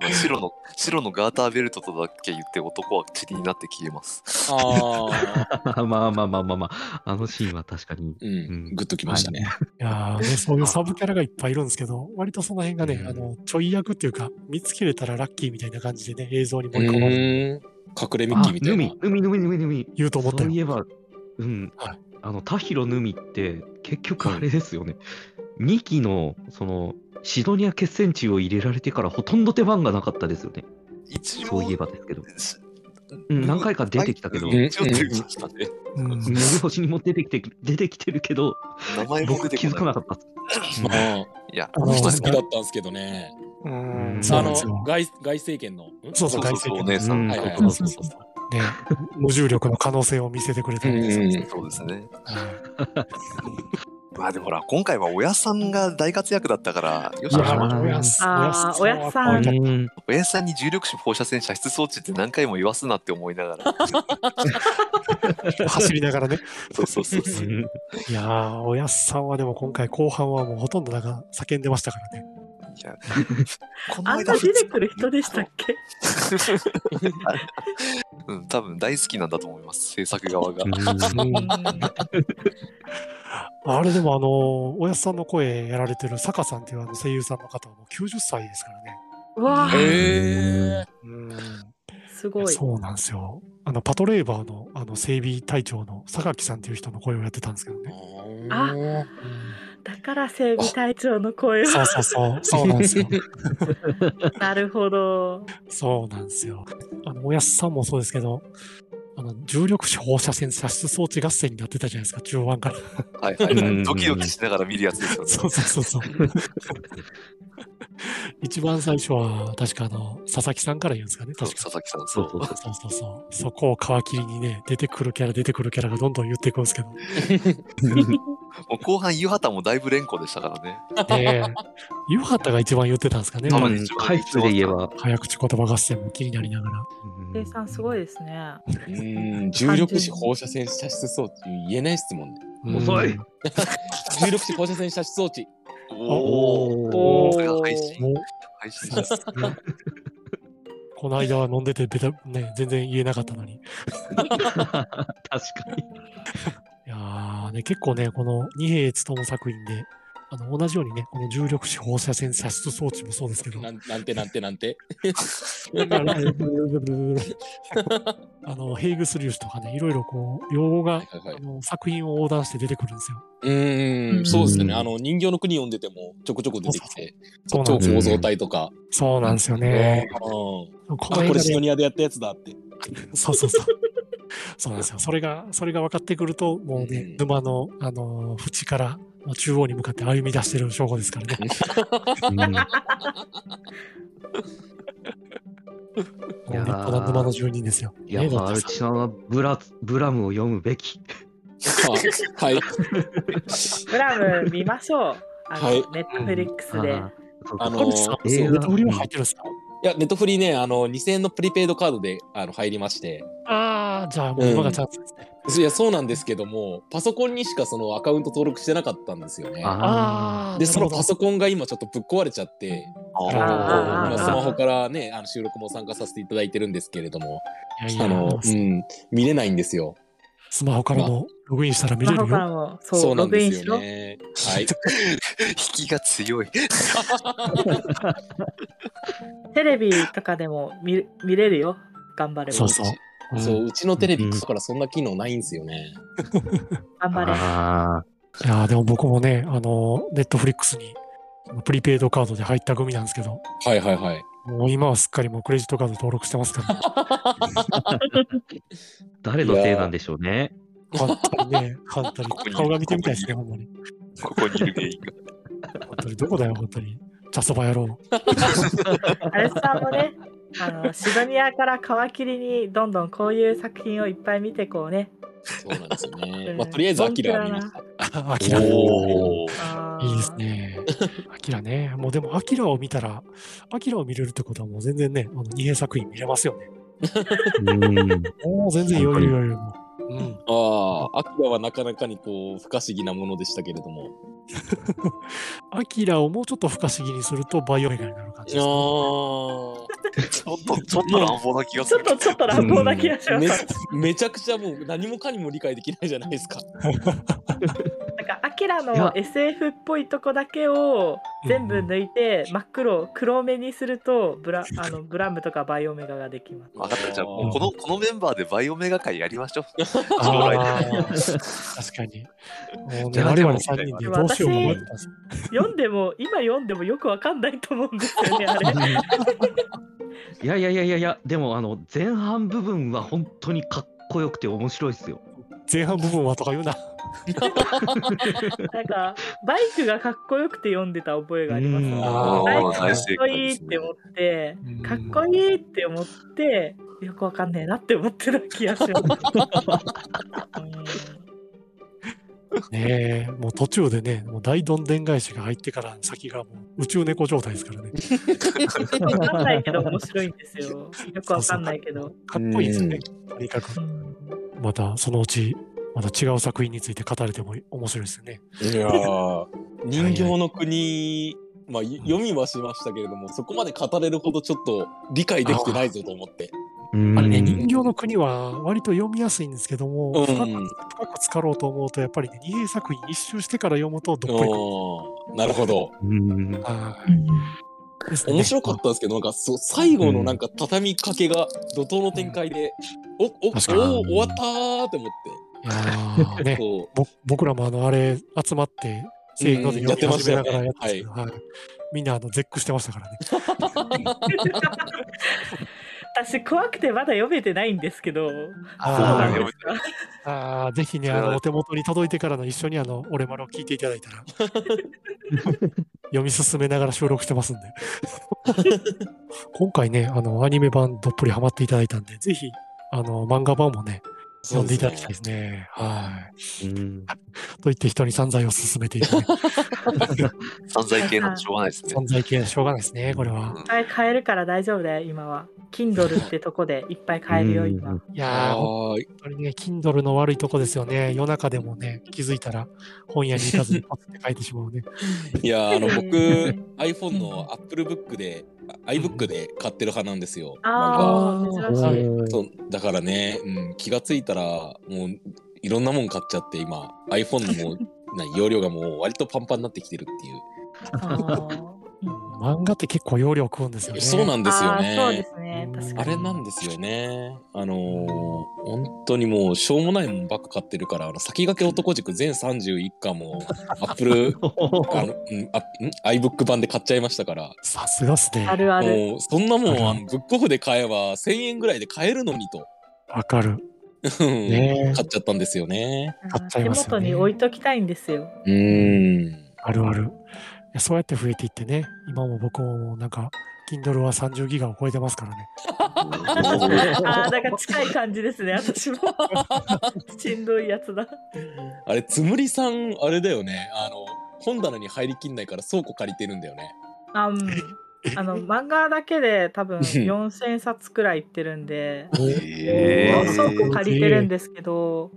Speaker 4: まあ白の、白のガーターベルトとだけ言って男は塵になって消えます。
Speaker 2: ああ。
Speaker 5: まあまあまあまあまあ。あのシーンは確かに。
Speaker 2: う。
Speaker 5: うんん
Speaker 2: グッときましたね。
Speaker 1: いやーね、そういうサブキャラがいっぱいいるんですけど、割とその辺がね
Speaker 5: う、ん
Speaker 1: あの、ちょい役っていうか、見つけれたらラッキーみたいな感じでね、映像に
Speaker 2: う
Speaker 1: 盛り込まれる
Speaker 2: ーん。隠れミッキ
Speaker 5: あ
Speaker 2: ーみたいな
Speaker 5: 海、。海、海、海、海。
Speaker 1: 言うと思った
Speaker 5: そうい
Speaker 1: よ。
Speaker 5: えば、うん、
Speaker 1: はい
Speaker 5: あの、田広ぬみって、結局あれですよね。2期の、その、シドニア決戦中を入れられてからほとんど出番がなかったですよね。
Speaker 4: 一
Speaker 5: そう
Speaker 4: 応
Speaker 5: いえばですけど。
Speaker 4: し
Speaker 5: うん何回か出てきたけど、
Speaker 4: う
Speaker 5: 目
Speaker 4: んちょっと言いましたね。
Speaker 1: うん
Speaker 5: 白しにも出てきて出てきてるけど、
Speaker 4: 名前も
Speaker 5: 僕
Speaker 4: 出て
Speaker 5: 気づ
Speaker 4: こ
Speaker 5: か
Speaker 4: な。
Speaker 5: ないかった。
Speaker 2: まあ、
Speaker 4: いや、
Speaker 1: あ
Speaker 2: あの
Speaker 1: の
Speaker 2: 人好きだったんですけどね。
Speaker 1: うん
Speaker 5: そ
Speaker 1: そう
Speaker 2: あ
Speaker 5: うなん
Speaker 2: の
Speaker 5: で
Speaker 2: 外外政権の。ん
Speaker 1: そうそ、
Speaker 4: そううそう
Speaker 1: 外
Speaker 4: そう、
Speaker 1: 籍
Speaker 4: お姉さん。
Speaker 5: うん
Speaker 4: はいはい
Speaker 1: そうそうそうそう。ね、無重力の可能性を見せてくれたんですよ
Speaker 2: うん
Speaker 1: ね。
Speaker 4: そうですね。まあでもほら、今回はおやっさんが大活躍だったから、よし
Speaker 1: い
Speaker 5: や
Speaker 1: や
Speaker 5: まあ
Speaker 1: おやっす
Speaker 3: あー
Speaker 1: おやっす
Speaker 3: おやっさ
Speaker 5: うん
Speaker 4: おやっさんに重力子放射線射出装置って何回も言わすなって思いながら。
Speaker 1: 走りながらね。
Speaker 4: そうそうそうそう。
Speaker 1: いやー、おやっさんはでも今回後半はもうほとんどなんか叫んでましたからね。
Speaker 4: いやこ
Speaker 3: あんな出てくる人でしたっけ
Speaker 4: うん、多分大好きなんだと思います、制作側が
Speaker 5: う。ん
Speaker 1: あれでもあの、おやっさんの声やられてる坂さんっていうあの声優さんの方はもう90歳ですからね。
Speaker 3: うわ
Speaker 4: え
Speaker 3: ー
Speaker 2: へえ。
Speaker 1: うん
Speaker 3: すごい。
Speaker 1: そうなんですよ。あの、パトレーバーのあの整備隊長の榊さんっていう人の声をやってたんですけどね。
Speaker 2: あー
Speaker 3: だから整備隊長の声
Speaker 1: そう
Speaker 3: は。
Speaker 1: そうそう、そうなん ですよ。
Speaker 3: なるほど。
Speaker 1: そうなんですよ。あの、おやっさんもそうですけど、あの重力子放射線射出装置合戦になってたじゃないですか、中盤から。
Speaker 4: はいはいは
Speaker 5: うん
Speaker 4: い。ドキドキしながら見るやつですよね。
Speaker 1: そうそうそうそう。一番最初は、確かあの、佐々木さんから言うんですかね、
Speaker 4: そう
Speaker 1: 確
Speaker 4: 佐
Speaker 1: か。
Speaker 4: 々木さん、そ
Speaker 5: そうう。そうそう。
Speaker 1: そうそうそう。そこを皮切りにね、出てくるキャラ、出てくるキャラがどんどん言っていくんですけど。
Speaker 4: もう後半、湯畑もだいぶ連呼でしたからね。
Speaker 1: で、湯畑が一番言ってたんですかね。
Speaker 4: あまあ
Speaker 5: うん回数で言えば、
Speaker 1: 早口言葉合戦も気になりながら。
Speaker 3: 計算すごいですね。
Speaker 2: うん重力子放射線射出装置言えない質問ね。
Speaker 5: 遅い
Speaker 1: うん
Speaker 2: 重力子放射線射出装置。
Speaker 4: おお。
Speaker 3: ー
Speaker 5: お
Speaker 4: さすが配信。
Speaker 1: もう
Speaker 4: 配信
Speaker 1: さすがこの間は飲んでてベタ、ね、全然言えなかったのに。い
Speaker 5: 確かに。
Speaker 1: やーね、結構ね、この二平勤作品で、あの同じようにね、この重力子放射線射出装置もそうですけ ど、
Speaker 2: なんなんてなんてなんて。
Speaker 1: あのヘイグス粒子とかね、いろいろこう、用語が
Speaker 2: はいはいは
Speaker 1: あ
Speaker 2: い
Speaker 1: の作品を横断して出てくるんですよ。
Speaker 2: うんそうですよね。あの人形の国読んでてもちょこちょこ出てきて、
Speaker 1: そうなん
Speaker 2: 超
Speaker 1: です
Speaker 5: う
Speaker 1: よ
Speaker 5: ん
Speaker 2: 構造体とか。
Speaker 1: そうなんですよ
Speaker 2: うんあ
Speaker 1: ね。この
Speaker 2: これ
Speaker 1: 間
Speaker 2: シノ
Speaker 1: ね、
Speaker 2: ニアでやったやつだ って。
Speaker 1: そうそうそう。そうなんですよ。それが、それが分かってくると、もうね、
Speaker 2: うん
Speaker 1: 沼の、あのー縁から中央に向かって歩み出してる証拠ですからね。
Speaker 5: うん
Speaker 1: もう立派な沼の住人ですよ。
Speaker 5: いや
Speaker 1: ね
Speaker 5: まあ、アルチさんはブラブラムを読むべき。
Speaker 2: あはい。
Speaker 3: ブラム見ましょう。あ
Speaker 2: はい
Speaker 3: のネットフリックスで。
Speaker 5: あーそうか
Speaker 2: あの
Speaker 1: 小西さん、
Speaker 5: 映画
Speaker 1: ネットフリは入ってるんですか
Speaker 2: いや、ネットフリね、あの、2000円のプリペイドカードであの入りまして。
Speaker 1: ああ、じゃあもう今がチャンスですね。
Speaker 2: いや、そうなんですけども、パソコンにしかそのアカウント登録してなかったんですよね。
Speaker 5: あ
Speaker 1: ー
Speaker 2: で、
Speaker 1: な
Speaker 2: そ
Speaker 1: るほ
Speaker 2: の
Speaker 1: ど
Speaker 2: パソコンが今ちょっとぶっ壊れちゃって、あの
Speaker 3: あー
Speaker 2: まあスマホからね、あの収録も参加させていただいてるんですけれども、
Speaker 1: いや
Speaker 2: あ
Speaker 1: いや
Speaker 2: の、うん、見れないんですよ。
Speaker 1: スマホからもログインしたら見
Speaker 3: マ
Speaker 1: れ
Speaker 3: ホ
Speaker 1: る
Speaker 3: から
Speaker 1: よ。
Speaker 3: もそう
Speaker 2: そうな
Speaker 3: ロ
Speaker 2: ん
Speaker 3: グ
Speaker 2: で
Speaker 3: イン
Speaker 2: す
Speaker 3: し
Speaker 2: よ
Speaker 3: ろ。
Speaker 2: ね。はい。
Speaker 4: 引きが強い。
Speaker 3: テレビとかでも見る見れるよ。頑張れば。
Speaker 1: そうそう。うん
Speaker 2: そう、うちのテレビ、クソからそんな機能ないんですよね。
Speaker 3: 頑張れ。
Speaker 5: あ
Speaker 1: いやーでも僕もね、あの、ネットフリックスにあのプリペイドカードで入った組なんですけど、
Speaker 2: はいはいはい。
Speaker 1: もう今はすっかりもうクレジットカード登録してますから、
Speaker 5: ー誰のせいなんでしょうね。
Speaker 1: 本当にね、本当に顔が見てみたいですね、ほんまに。
Speaker 4: ここにいる原因が。
Speaker 1: 本当にどこだよ、本当に。茶そば野郎。
Speaker 3: アレスさんもね、あのシドニアから皮切りにどんどんこういう作品をいっぱい見てこうね。
Speaker 2: そうなんですよね。
Speaker 3: うん
Speaker 2: まあ、とりあえず、アキラは見ました。
Speaker 1: あアキラ。い
Speaker 4: おお。
Speaker 3: あー
Speaker 1: いです。ね。アキラね。もうでも、アキラを見たら、アキラを見れるってことはもう全然ね、あの二平作品見れますよね。
Speaker 5: うん
Speaker 1: もう全然余裕余裕。もううん。
Speaker 2: ああ、アキラはなかなかにこう、不可思議なものでしたけれども。
Speaker 1: アキラをもうちょっと不可思議にするとバイオメガになる感じですね、
Speaker 2: あ
Speaker 4: ちょっと、ちょっと乱暴な気がす
Speaker 3: ちょっ
Speaker 4: る。
Speaker 3: とちょっと乱暴な気がし
Speaker 2: あ、
Speaker 3: ま
Speaker 2: め
Speaker 3: す。、
Speaker 2: めちゃくちゃもう何もかにも理解できないじゃないですか。
Speaker 3: なんかアキラ
Speaker 5: い
Speaker 3: の
Speaker 5: や
Speaker 3: SF っぽいとこだけを全部抜いて真っ黒黒目にするとブ ラあのブラムとかバイオメガができます。
Speaker 4: 分かった、じゃあもうこの、このメンバーでバイオメガ会やりましょう。
Speaker 1: あー確かに。もう
Speaker 5: じ
Speaker 1: ね、
Speaker 5: ゃあ
Speaker 1: 我々3人でどうしようも思ってたんですよ
Speaker 3: 読んでも今読んでもよくわかんないと思うんですよねあれ。
Speaker 5: いやいやいやいやいや、でもあの前半部分は本当にかっこよくて面白いですよ。
Speaker 1: 前半部分はとか言うな。
Speaker 3: なんかバイクがかっこよくて読んでた覚えがあります、
Speaker 5: うん
Speaker 4: あー
Speaker 3: バイクか
Speaker 4: 大
Speaker 3: っ
Speaker 4: 正
Speaker 3: こ
Speaker 4: 解
Speaker 3: いい
Speaker 4: で
Speaker 3: っ
Speaker 4: すね
Speaker 3: て思って、
Speaker 1: うん
Speaker 3: かっこいいって思ってよくわかんねえなって思ってた気が します。
Speaker 1: ねえ、もう途中でね、もう大どんでん返しが入ってから先がもう宇宙猫状態ですからね。
Speaker 3: うんわかんないけど面白いんですよ。よくわかんないけど。
Speaker 1: かっこいいですよね、とにかく。またそのうち、また違う作品について語れても面白いですよね。
Speaker 2: いやー人形の国、まあ、い読みはしましたけれども、そこまで語れるほどちょっと理解できてないぞと思って。
Speaker 1: あれね、
Speaker 5: うん
Speaker 1: 人形の国は割と読みやすいんですけども、
Speaker 2: うん
Speaker 1: 深 く深く浸かろうと思うと、やっぱりね、二平作品一周してから読むとどっぷりくる。
Speaker 2: うんなるほど。
Speaker 5: うん
Speaker 1: あーですね
Speaker 2: 面白かったんですけど、なんかそう最後のなんか畳みかけが怒涛の展開で、おおお
Speaker 1: 確かに
Speaker 2: 終わったーって思っ
Speaker 1: いやー
Speaker 2: て、
Speaker 1: ね、
Speaker 2: こ
Speaker 1: ぼ僕らもあのあれ集まって、せーので
Speaker 2: うんや
Speaker 1: 読
Speaker 2: って
Speaker 1: み
Speaker 2: ま
Speaker 1: 始
Speaker 2: した
Speaker 1: めな
Speaker 2: よね
Speaker 1: がらやってたんですけどはいみんなあの絶句してましたからね。
Speaker 3: 私怖くてまだ読めてないんですけど。そう
Speaker 4: だ
Speaker 1: あ
Speaker 4: ね
Speaker 1: ー
Speaker 4: 読め
Speaker 1: あーぜひね、
Speaker 4: それ
Speaker 1: あ
Speaker 4: は
Speaker 1: のお手元に届いてからの一緒にあの俺丸を聞いていただいたら読み進めながら収録して ますんで今回ねあのアニメ版どっぷりハマっていただいたんでぜひあの漫画版もね
Speaker 2: そう
Speaker 1: 読んで
Speaker 2: で
Speaker 1: い
Speaker 2: す
Speaker 1: た
Speaker 2: ね
Speaker 1: だきたいですねはい
Speaker 5: うん
Speaker 1: と言って人に散財を進めている、ね、
Speaker 4: 散財系なんてしょうがないですね。
Speaker 1: 散財系はしょうがないですねこれは
Speaker 3: 一回買えるから大丈夫だよ今は。Kindle ってとこでいっぱい買えるよ今。
Speaker 5: うん
Speaker 1: いやー本
Speaker 2: あー
Speaker 1: 当にね Kindle の悪いとこですよね夜中でもね気づいたら本屋に行かずにパッて書いてしまうね
Speaker 2: いやーあの僕
Speaker 3: うん
Speaker 2: iPhone の AppleBook であ iBook で買ってる派なんですよ。漫画
Speaker 3: ああ、珍しい。
Speaker 2: そうだからね、うん、気がついたらもういろんなもん買っちゃって今 iPhone のもうな容量がもう割とパンパンになってきてるっていう、
Speaker 3: あー
Speaker 1: 漫画って結構容量食うんですよね
Speaker 2: そうなんですよ
Speaker 3: あーそうで
Speaker 2: ね
Speaker 3: すね。確
Speaker 2: あ
Speaker 3: か
Speaker 2: れ
Speaker 3: に。
Speaker 2: なんですよねあのー本当にもうしょうもないもんばっか買ってるからあの先駆け男塾全31巻も Apple あの、うん、あん iBook 版で買っちゃいましたから
Speaker 1: さすがっすね
Speaker 3: あるある。
Speaker 2: もうそんなも
Speaker 1: あら
Speaker 2: んあのブックオフで買えば1000円ぐらいで買えるのにと、
Speaker 1: わかる。
Speaker 2: うん
Speaker 1: ねえ
Speaker 2: 買っちゃったんですよね
Speaker 1: 買っちゃいますよね
Speaker 3: 手元に置いときたいんで すよ。
Speaker 2: うん
Speaker 1: あるある。いやそうやって増えていってね、今も僕もなんか、Kindle は30ギガを超えてますからね。
Speaker 3: ああ、なんか近い感じですね、私も。 しんどいやつだ。
Speaker 2: あれ、つむりさん、あれだよね。あの、本棚に入りきんないから倉庫借りてるんだよね。
Speaker 3: あうんあの漫画だけで多 分4000冊くらいいってるんで、
Speaker 4: へー
Speaker 3: 倉庫借りてるんですけど、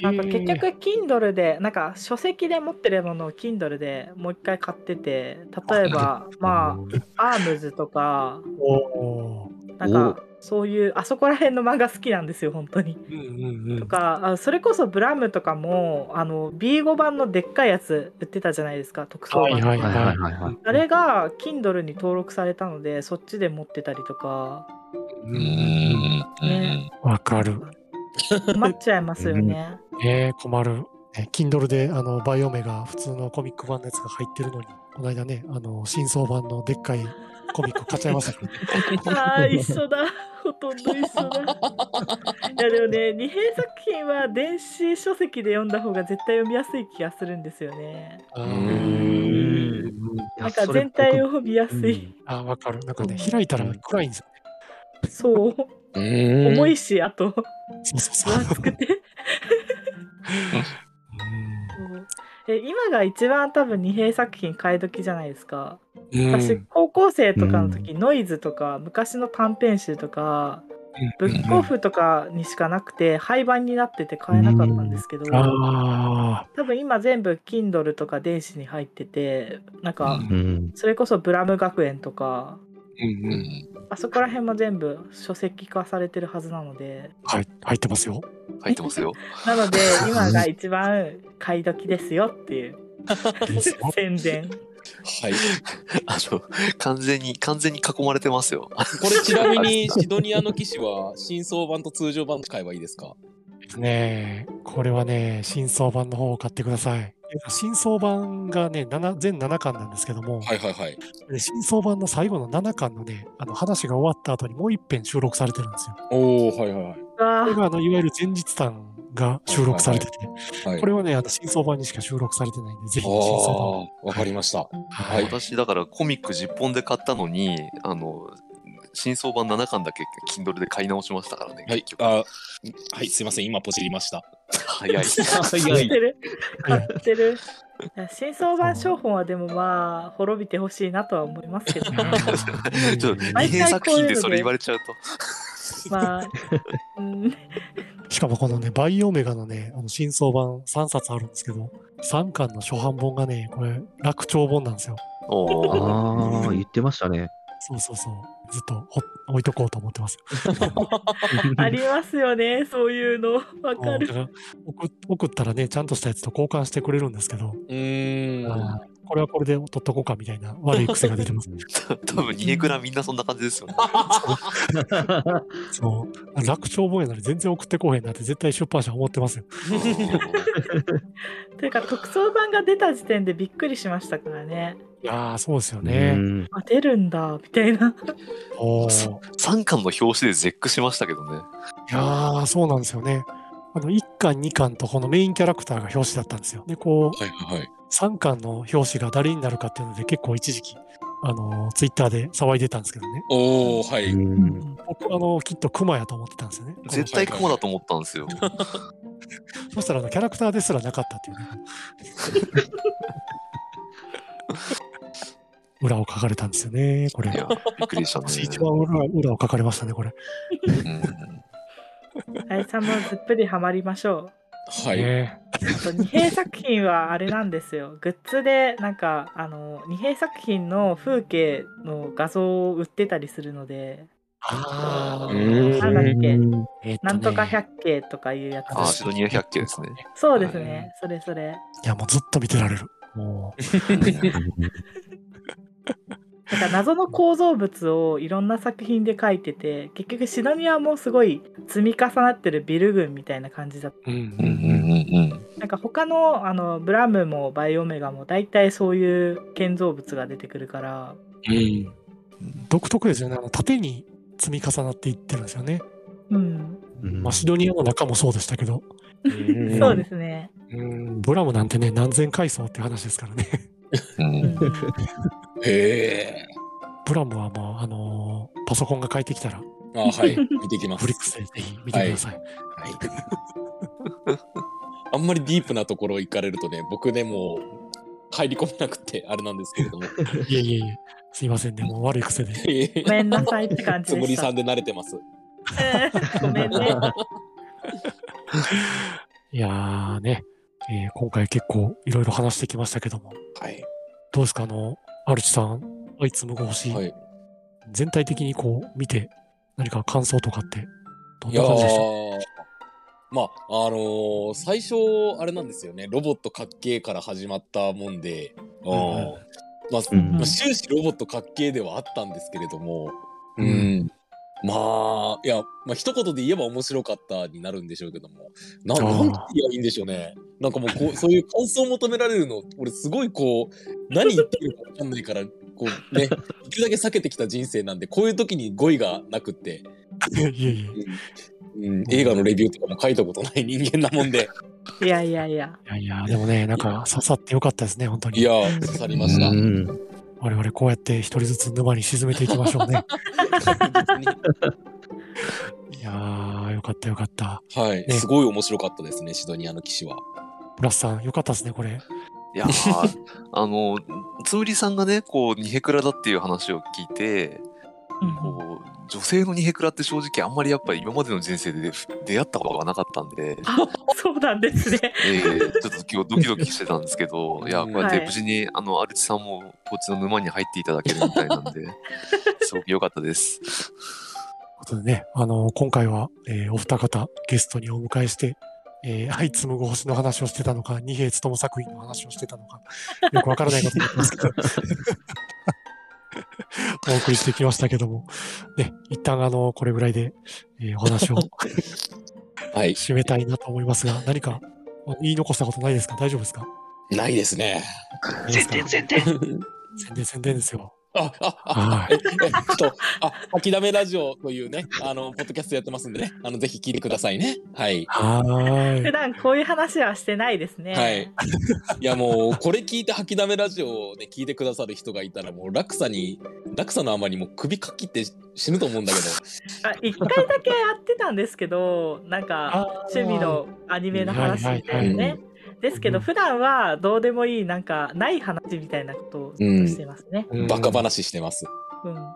Speaker 3: なんか結局 Kindle でなんか書籍で持ってるものを Kindle でもう一回買ってて、例えば まあアームズとか
Speaker 1: おー
Speaker 3: なんかそういうあそこら辺の漫画好きなんですよ本当に。
Speaker 1: うんうんうん
Speaker 3: とかあそれこそブラムとかもあの B5 版のでっかいやつ売ってたじゃないですか特装
Speaker 1: は
Speaker 3: 版、
Speaker 1: いはい
Speaker 5: はいはいはい
Speaker 1: は
Speaker 5: はいい。
Speaker 3: あれが Kindle に登録されたのでそっちで持ってたりとか
Speaker 1: う。
Speaker 2: うん
Speaker 3: ね
Speaker 1: わかる。
Speaker 3: 困っちゃいますよね。
Speaker 1: えー、困る。ね Kindle であのバイオメが普通のコミック版のやつが入ってるのに、この間ね、あの新装版のでっかいコミック買っちゃいましたから ね。
Speaker 3: ああ一緒だ ほとんど一緒だ。いやでもね二平作品は電子書籍で読んだ方が絶対読みやすい気がするんですよね。
Speaker 1: あ
Speaker 5: う
Speaker 1: ー
Speaker 5: んいや
Speaker 3: なんか
Speaker 5: それ
Speaker 3: 全体を読みやすい。
Speaker 1: あー、わかる。なんかね、開いたら暗いんですよね。
Speaker 3: そう
Speaker 2: うん
Speaker 3: 重いしあと
Speaker 1: そうそう
Speaker 3: 分
Speaker 1: そう。
Speaker 3: 厚くて。
Speaker 1: う
Speaker 3: え今が一番多分二平作品買い時じゃないですか、
Speaker 1: ん
Speaker 3: 私高校生とかの時、ノイズとか昔の短編集とか、
Speaker 1: うん
Speaker 3: ブックオフとかにしかなくて廃盤になってて買えなかったんですけど、
Speaker 1: あ
Speaker 3: 多分今全部 Kindle とか電子に入っててな
Speaker 1: あ。
Speaker 3: んか
Speaker 5: うん
Speaker 3: それこそブラム学園とか
Speaker 1: うんうん
Speaker 3: あそこら辺も全部書籍化されてるはずなので
Speaker 1: はい、入ってますよ。
Speaker 4: 入っ てますよ。
Speaker 3: なので今が一番買い時ですよっていう宣伝
Speaker 2: はい。
Speaker 4: あの、完全に、完全に囲まれてますよ。
Speaker 2: これちなみに、シドニアの騎士は、新装版と通常版買えばいいですか
Speaker 1: ねえ、これはね、新装版の方を買ってください。新装版がね、7全7巻なんですけども、
Speaker 2: はいはいはい。
Speaker 1: で新装版の最後の7巻のね、あの話が終わった後にもう一遍収録されてるんですよ。
Speaker 2: おおはいはいはい。
Speaker 1: こ
Speaker 3: わ
Speaker 1: れ
Speaker 3: ー
Speaker 1: があのいわゆる前日談が収録されてて、
Speaker 2: はい、
Speaker 1: これはね、あの新装版にしか収録されてないんで、ぜひ
Speaker 2: あ
Speaker 1: 新装
Speaker 2: あ、わかりました。
Speaker 1: 版。
Speaker 2: はい
Speaker 4: 私だからコミック10本で買ったのにあの新装版7巻だけ Kindle で買い直しましたからね、
Speaker 2: はい
Speaker 4: 結、局
Speaker 2: あはい、すいません、今ポチりました。
Speaker 4: 早い
Speaker 3: 合って
Speaker 2: は
Speaker 3: る合ってるいや真相版商法はでもまあ滅びてほしいなとは思いますけどね
Speaker 4: ちょっと
Speaker 1: うん
Speaker 4: 2編作品でそれ言われちゃうと
Speaker 3: まあ、うん、
Speaker 1: しかもこのね、バイオメガのね、あの新装版3冊あるんですけど、3巻の初版本がね、これ、楽長本なんですよ。
Speaker 4: おー
Speaker 5: ああ、言ってましたね。
Speaker 1: そうそうそう。ずっとほ置いとこうと思ってます。
Speaker 3: ありますよねそういうのわか
Speaker 1: だ
Speaker 3: る
Speaker 1: から送っ送ったらね、ちゃんとしたやつと交換してくれるんですけど、
Speaker 2: うーん。
Speaker 1: これはこれで取っとこうかみたいな悪い癖が出てます。
Speaker 4: 多分2編くらいみんなそんな感じですよね
Speaker 1: そう楽勝本やなら全然送ってこうへんなって絶対出版社思ってますよ。
Speaker 3: というか特装版が出た時点でびっくりしましたからね
Speaker 1: いやーそうですよ
Speaker 5: う
Speaker 1: ね。
Speaker 5: ん
Speaker 3: あ出るんだみたいな
Speaker 1: おー
Speaker 4: そ3巻の表紙で絶句しましたけどね
Speaker 1: いやーそうなんですよね。あの1巻2巻とこのメインキャラクターが表紙だったんですよ。でこう
Speaker 2: はいはいはい。
Speaker 1: 3巻の表紙が誰になるかっていうので結構一時期あのツイッター Twitter で騒いでたんですけどね。
Speaker 2: おおはい。
Speaker 5: うん
Speaker 1: 僕あのきっとクマやと思ってたんですよね。
Speaker 4: 絶対雲だと思ったんですよ
Speaker 1: そしたらあのキャラクターですらなかったっていうね。 裏を書かれたんですよね、これ
Speaker 4: い。やびっくりしたね
Speaker 1: 私一番裏裏を書かれましたね、これ。
Speaker 4: うん
Speaker 3: 第3もずっぷりハマりましょ
Speaker 2: はい。
Speaker 1: ね
Speaker 3: うあと二平作品はあれなんですよグッズでなんかあの二平作品の風景の画像を売ってたりするので
Speaker 1: あ
Speaker 2: うーん
Speaker 3: なんだっけ
Speaker 1: えっとね
Speaker 3: なんとか百景とかいうやつ
Speaker 4: あーシドニア百景ですね
Speaker 3: そうですね、それそれ。
Speaker 1: いや、もうずっと見てられる。もう、
Speaker 3: なんか謎の構造物をいろんな作品で描いてて、結局シドニアもすごい積み重なってるビル群みたいな感じだっ
Speaker 1: うん
Speaker 4: うんうんうん
Speaker 3: た。なんか他のあのブラムもバイオメガも大体そういう建造物が出てくるから、
Speaker 2: うん。
Speaker 1: 独特ですよね。あの縦に積み重なっていってるんですよね。
Speaker 3: うん、
Speaker 5: うん
Speaker 1: まあ、シドニアの中もそうでしたけど、
Speaker 2: うん
Speaker 3: そうですね。
Speaker 1: うんブラムなんてね、何千回層っていう話ですからね。
Speaker 4: うん
Speaker 3: う
Speaker 4: う
Speaker 3: ん、
Speaker 4: ん
Speaker 2: へえ。
Speaker 1: ブラムはもう、あのーパソコンが帰ってきたら、
Speaker 2: あは い。見てきま
Speaker 1: フ
Speaker 2: す
Speaker 1: リッ。クスでぜひ見てください。
Speaker 2: はい。あんまりディープなところ行かれるとね、僕でもう入り込めなくてあれなんですけれ ども。
Speaker 1: い、えいえいえ、すいませんね、もう悪い癖で。
Speaker 3: ごめんなさいって感じ
Speaker 2: つ
Speaker 3: で
Speaker 2: むり
Speaker 3: し
Speaker 2: さ
Speaker 3: た
Speaker 2: ん。で慣れてます。
Speaker 3: ごめんね。
Speaker 1: いやーね、えー今回結構いろいろ話してきましたけども、
Speaker 2: はい。
Speaker 1: どうですか、あの、アルチさん、あいつむご星、
Speaker 2: はい。
Speaker 1: 全体的にこう見て、何か感想とかって、どん
Speaker 2: いや
Speaker 1: な感じでした
Speaker 2: ーまああのー最初あれなんですよねロボットかっけーから始まったもんで、う
Speaker 1: う
Speaker 2: ん
Speaker 1: ん
Speaker 2: まあ
Speaker 5: うん
Speaker 2: まあ終始ロボットかっけーではあったんですけれども、
Speaker 1: うん
Speaker 2: まあいや、まあ一言で言えば面白かったになるんでしょうけどもな
Speaker 1: あー
Speaker 2: なんて言えばいいんでしょうねなんかもうこうそういう感想を求められるの俺すごいこう何言ってるか分かんないからこうねできるだけ避けてきた人生なんでこういう時に語彙がなくって。
Speaker 1: いえいえ。
Speaker 2: うん、映画のレビューとかも書いたことない 人間なもんで
Speaker 3: いやいやいや。
Speaker 1: いやいや、でもね、なんか刺さってよかったですね、本当に。
Speaker 2: いやー刺さりました。
Speaker 5: う
Speaker 2: 本
Speaker 5: ん
Speaker 1: 我々こうやって一人ずつ沼に沈めていきましょうね。
Speaker 2: 当に
Speaker 1: いやー、よかったよかった。
Speaker 2: はい、
Speaker 1: ね
Speaker 2: すごい面白かったですねシドニアの騎士は。
Speaker 1: プラスさん、よかったですね、これ。
Speaker 4: いやーあのつむりさんがねこうニヘクラだっていう話を聞いて
Speaker 3: うん
Speaker 4: こう女性のニヘクラって正直あんまりやっぱり今までの人生で出会ったことがなかったんで、
Speaker 3: あ、そうなんですね。
Speaker 4: えーちょっと今日ドキドキしてたんですけどいやこうやって
Speaker 3: はい
Speaker 4: 無事にあのアルチさんもこっちの沼に入っていただけるみたいなんですごく良かったです。
Speaker 1: ということでね、あの今回は、えーお二方ゲストにお迎えして、えー、はいつむご星の話をしてたのか、二平つとも作品の話をしてたのか、よくわからないことになってますけど、 お送りしてきましたけども、ね、一旦あの、これぐらいで、えーお 話を
Speaker 2: はい、
Speaker 1: 締めたいなと思いますが、何か言い残したことないですか大丈夫ですか
Speaker 2: ないですね。
Speaker 1: 全然
Speaker 5: 全然。
Speaker 1: 宣伝宣伝ですよ。
Speaker 2: あ、あ、あ
Speaker 1: は、
Speaker 2: ええっと、あ、諦めラジオというね、あの、ポッドキャストやってますんでね、あの、ぜひ聞いてくださいね。はい。
Speaker 1: はー
Speaker 3: 普
Speaker 1: い。
Speaker 3: 段こういう話はしてないですね。
Speaker 2: はいいやもうこれ聞いて吐きだめラジオをね聞いてくださる人がいたらもう落差に落差のあまりもう首かきって死ぬと思うんだけど
Speaker 3: あ一回だけやってたんですけど、なんか
Speaker 1: あー
Speaker 3: 趣味のアニメの話みた
Speaker 2: はいいはい
Speaker 3: な
Speaker 2: はい
Speaker 3: ね。ですけど、
Speaker 1: うん
Speaker 3: 普段はどうでもいい、なんかない話みたいなことをずっとしてますね。
Speaker 1: うん
Speaker 2: バカ話してます。
Speaker 3: うん
Speaker 1: は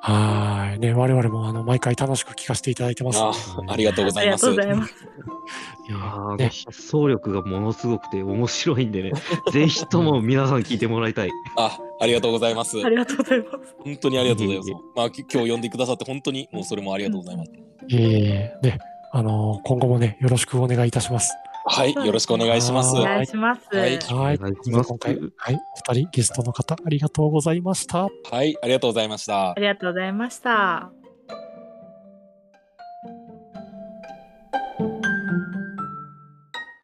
Speaker 1: ーい。ね、我々もあの毎回楽しく聞かせていただいてます。
Speaker 2: あありがとうご
Speaker 3: あ
Speaker 2: ざ
Speaker 3: り
Speaker 2: い
Speaker 3: が
Speaker 2: ま
Speaker 3: とう
Speaker 2: す
Speaker 3: ご。ざいます。
Speaker 1: いやー
Speaker 5: ああ、
Speaker 1: ね
Speaker 5: 疾走力がものすごくて面白いんでね、ぜひとも皆さん聞いてもらいたい。
Speaker 2: あ、ありがとうございます。
Speaker 3: ありがとうございます。
Speaker 2: 本当にありがとうございます
Speaker 5: いえい。
Speaker 2: まあき今日呼んでくださって本当にもうそれもありがとうございます。
Speaker 1: いえいえね、あのー今後もね、よろしくお願いいたします。
Speaker 2: はい、よろしくお願いします。
Speaker 3: お
Speaker 1: はい
Speaker 2: は
Speaker 3: 願いします。
Speaker 2: はい
Speaker 1: はい。
Speaker 5: お願いします
Speaker 1: 今回、はい、お二人ゲストの方、ありがとうございました。
Speaker 2: い、ありがとうございました
Speaker 3: あ。りがとうございました。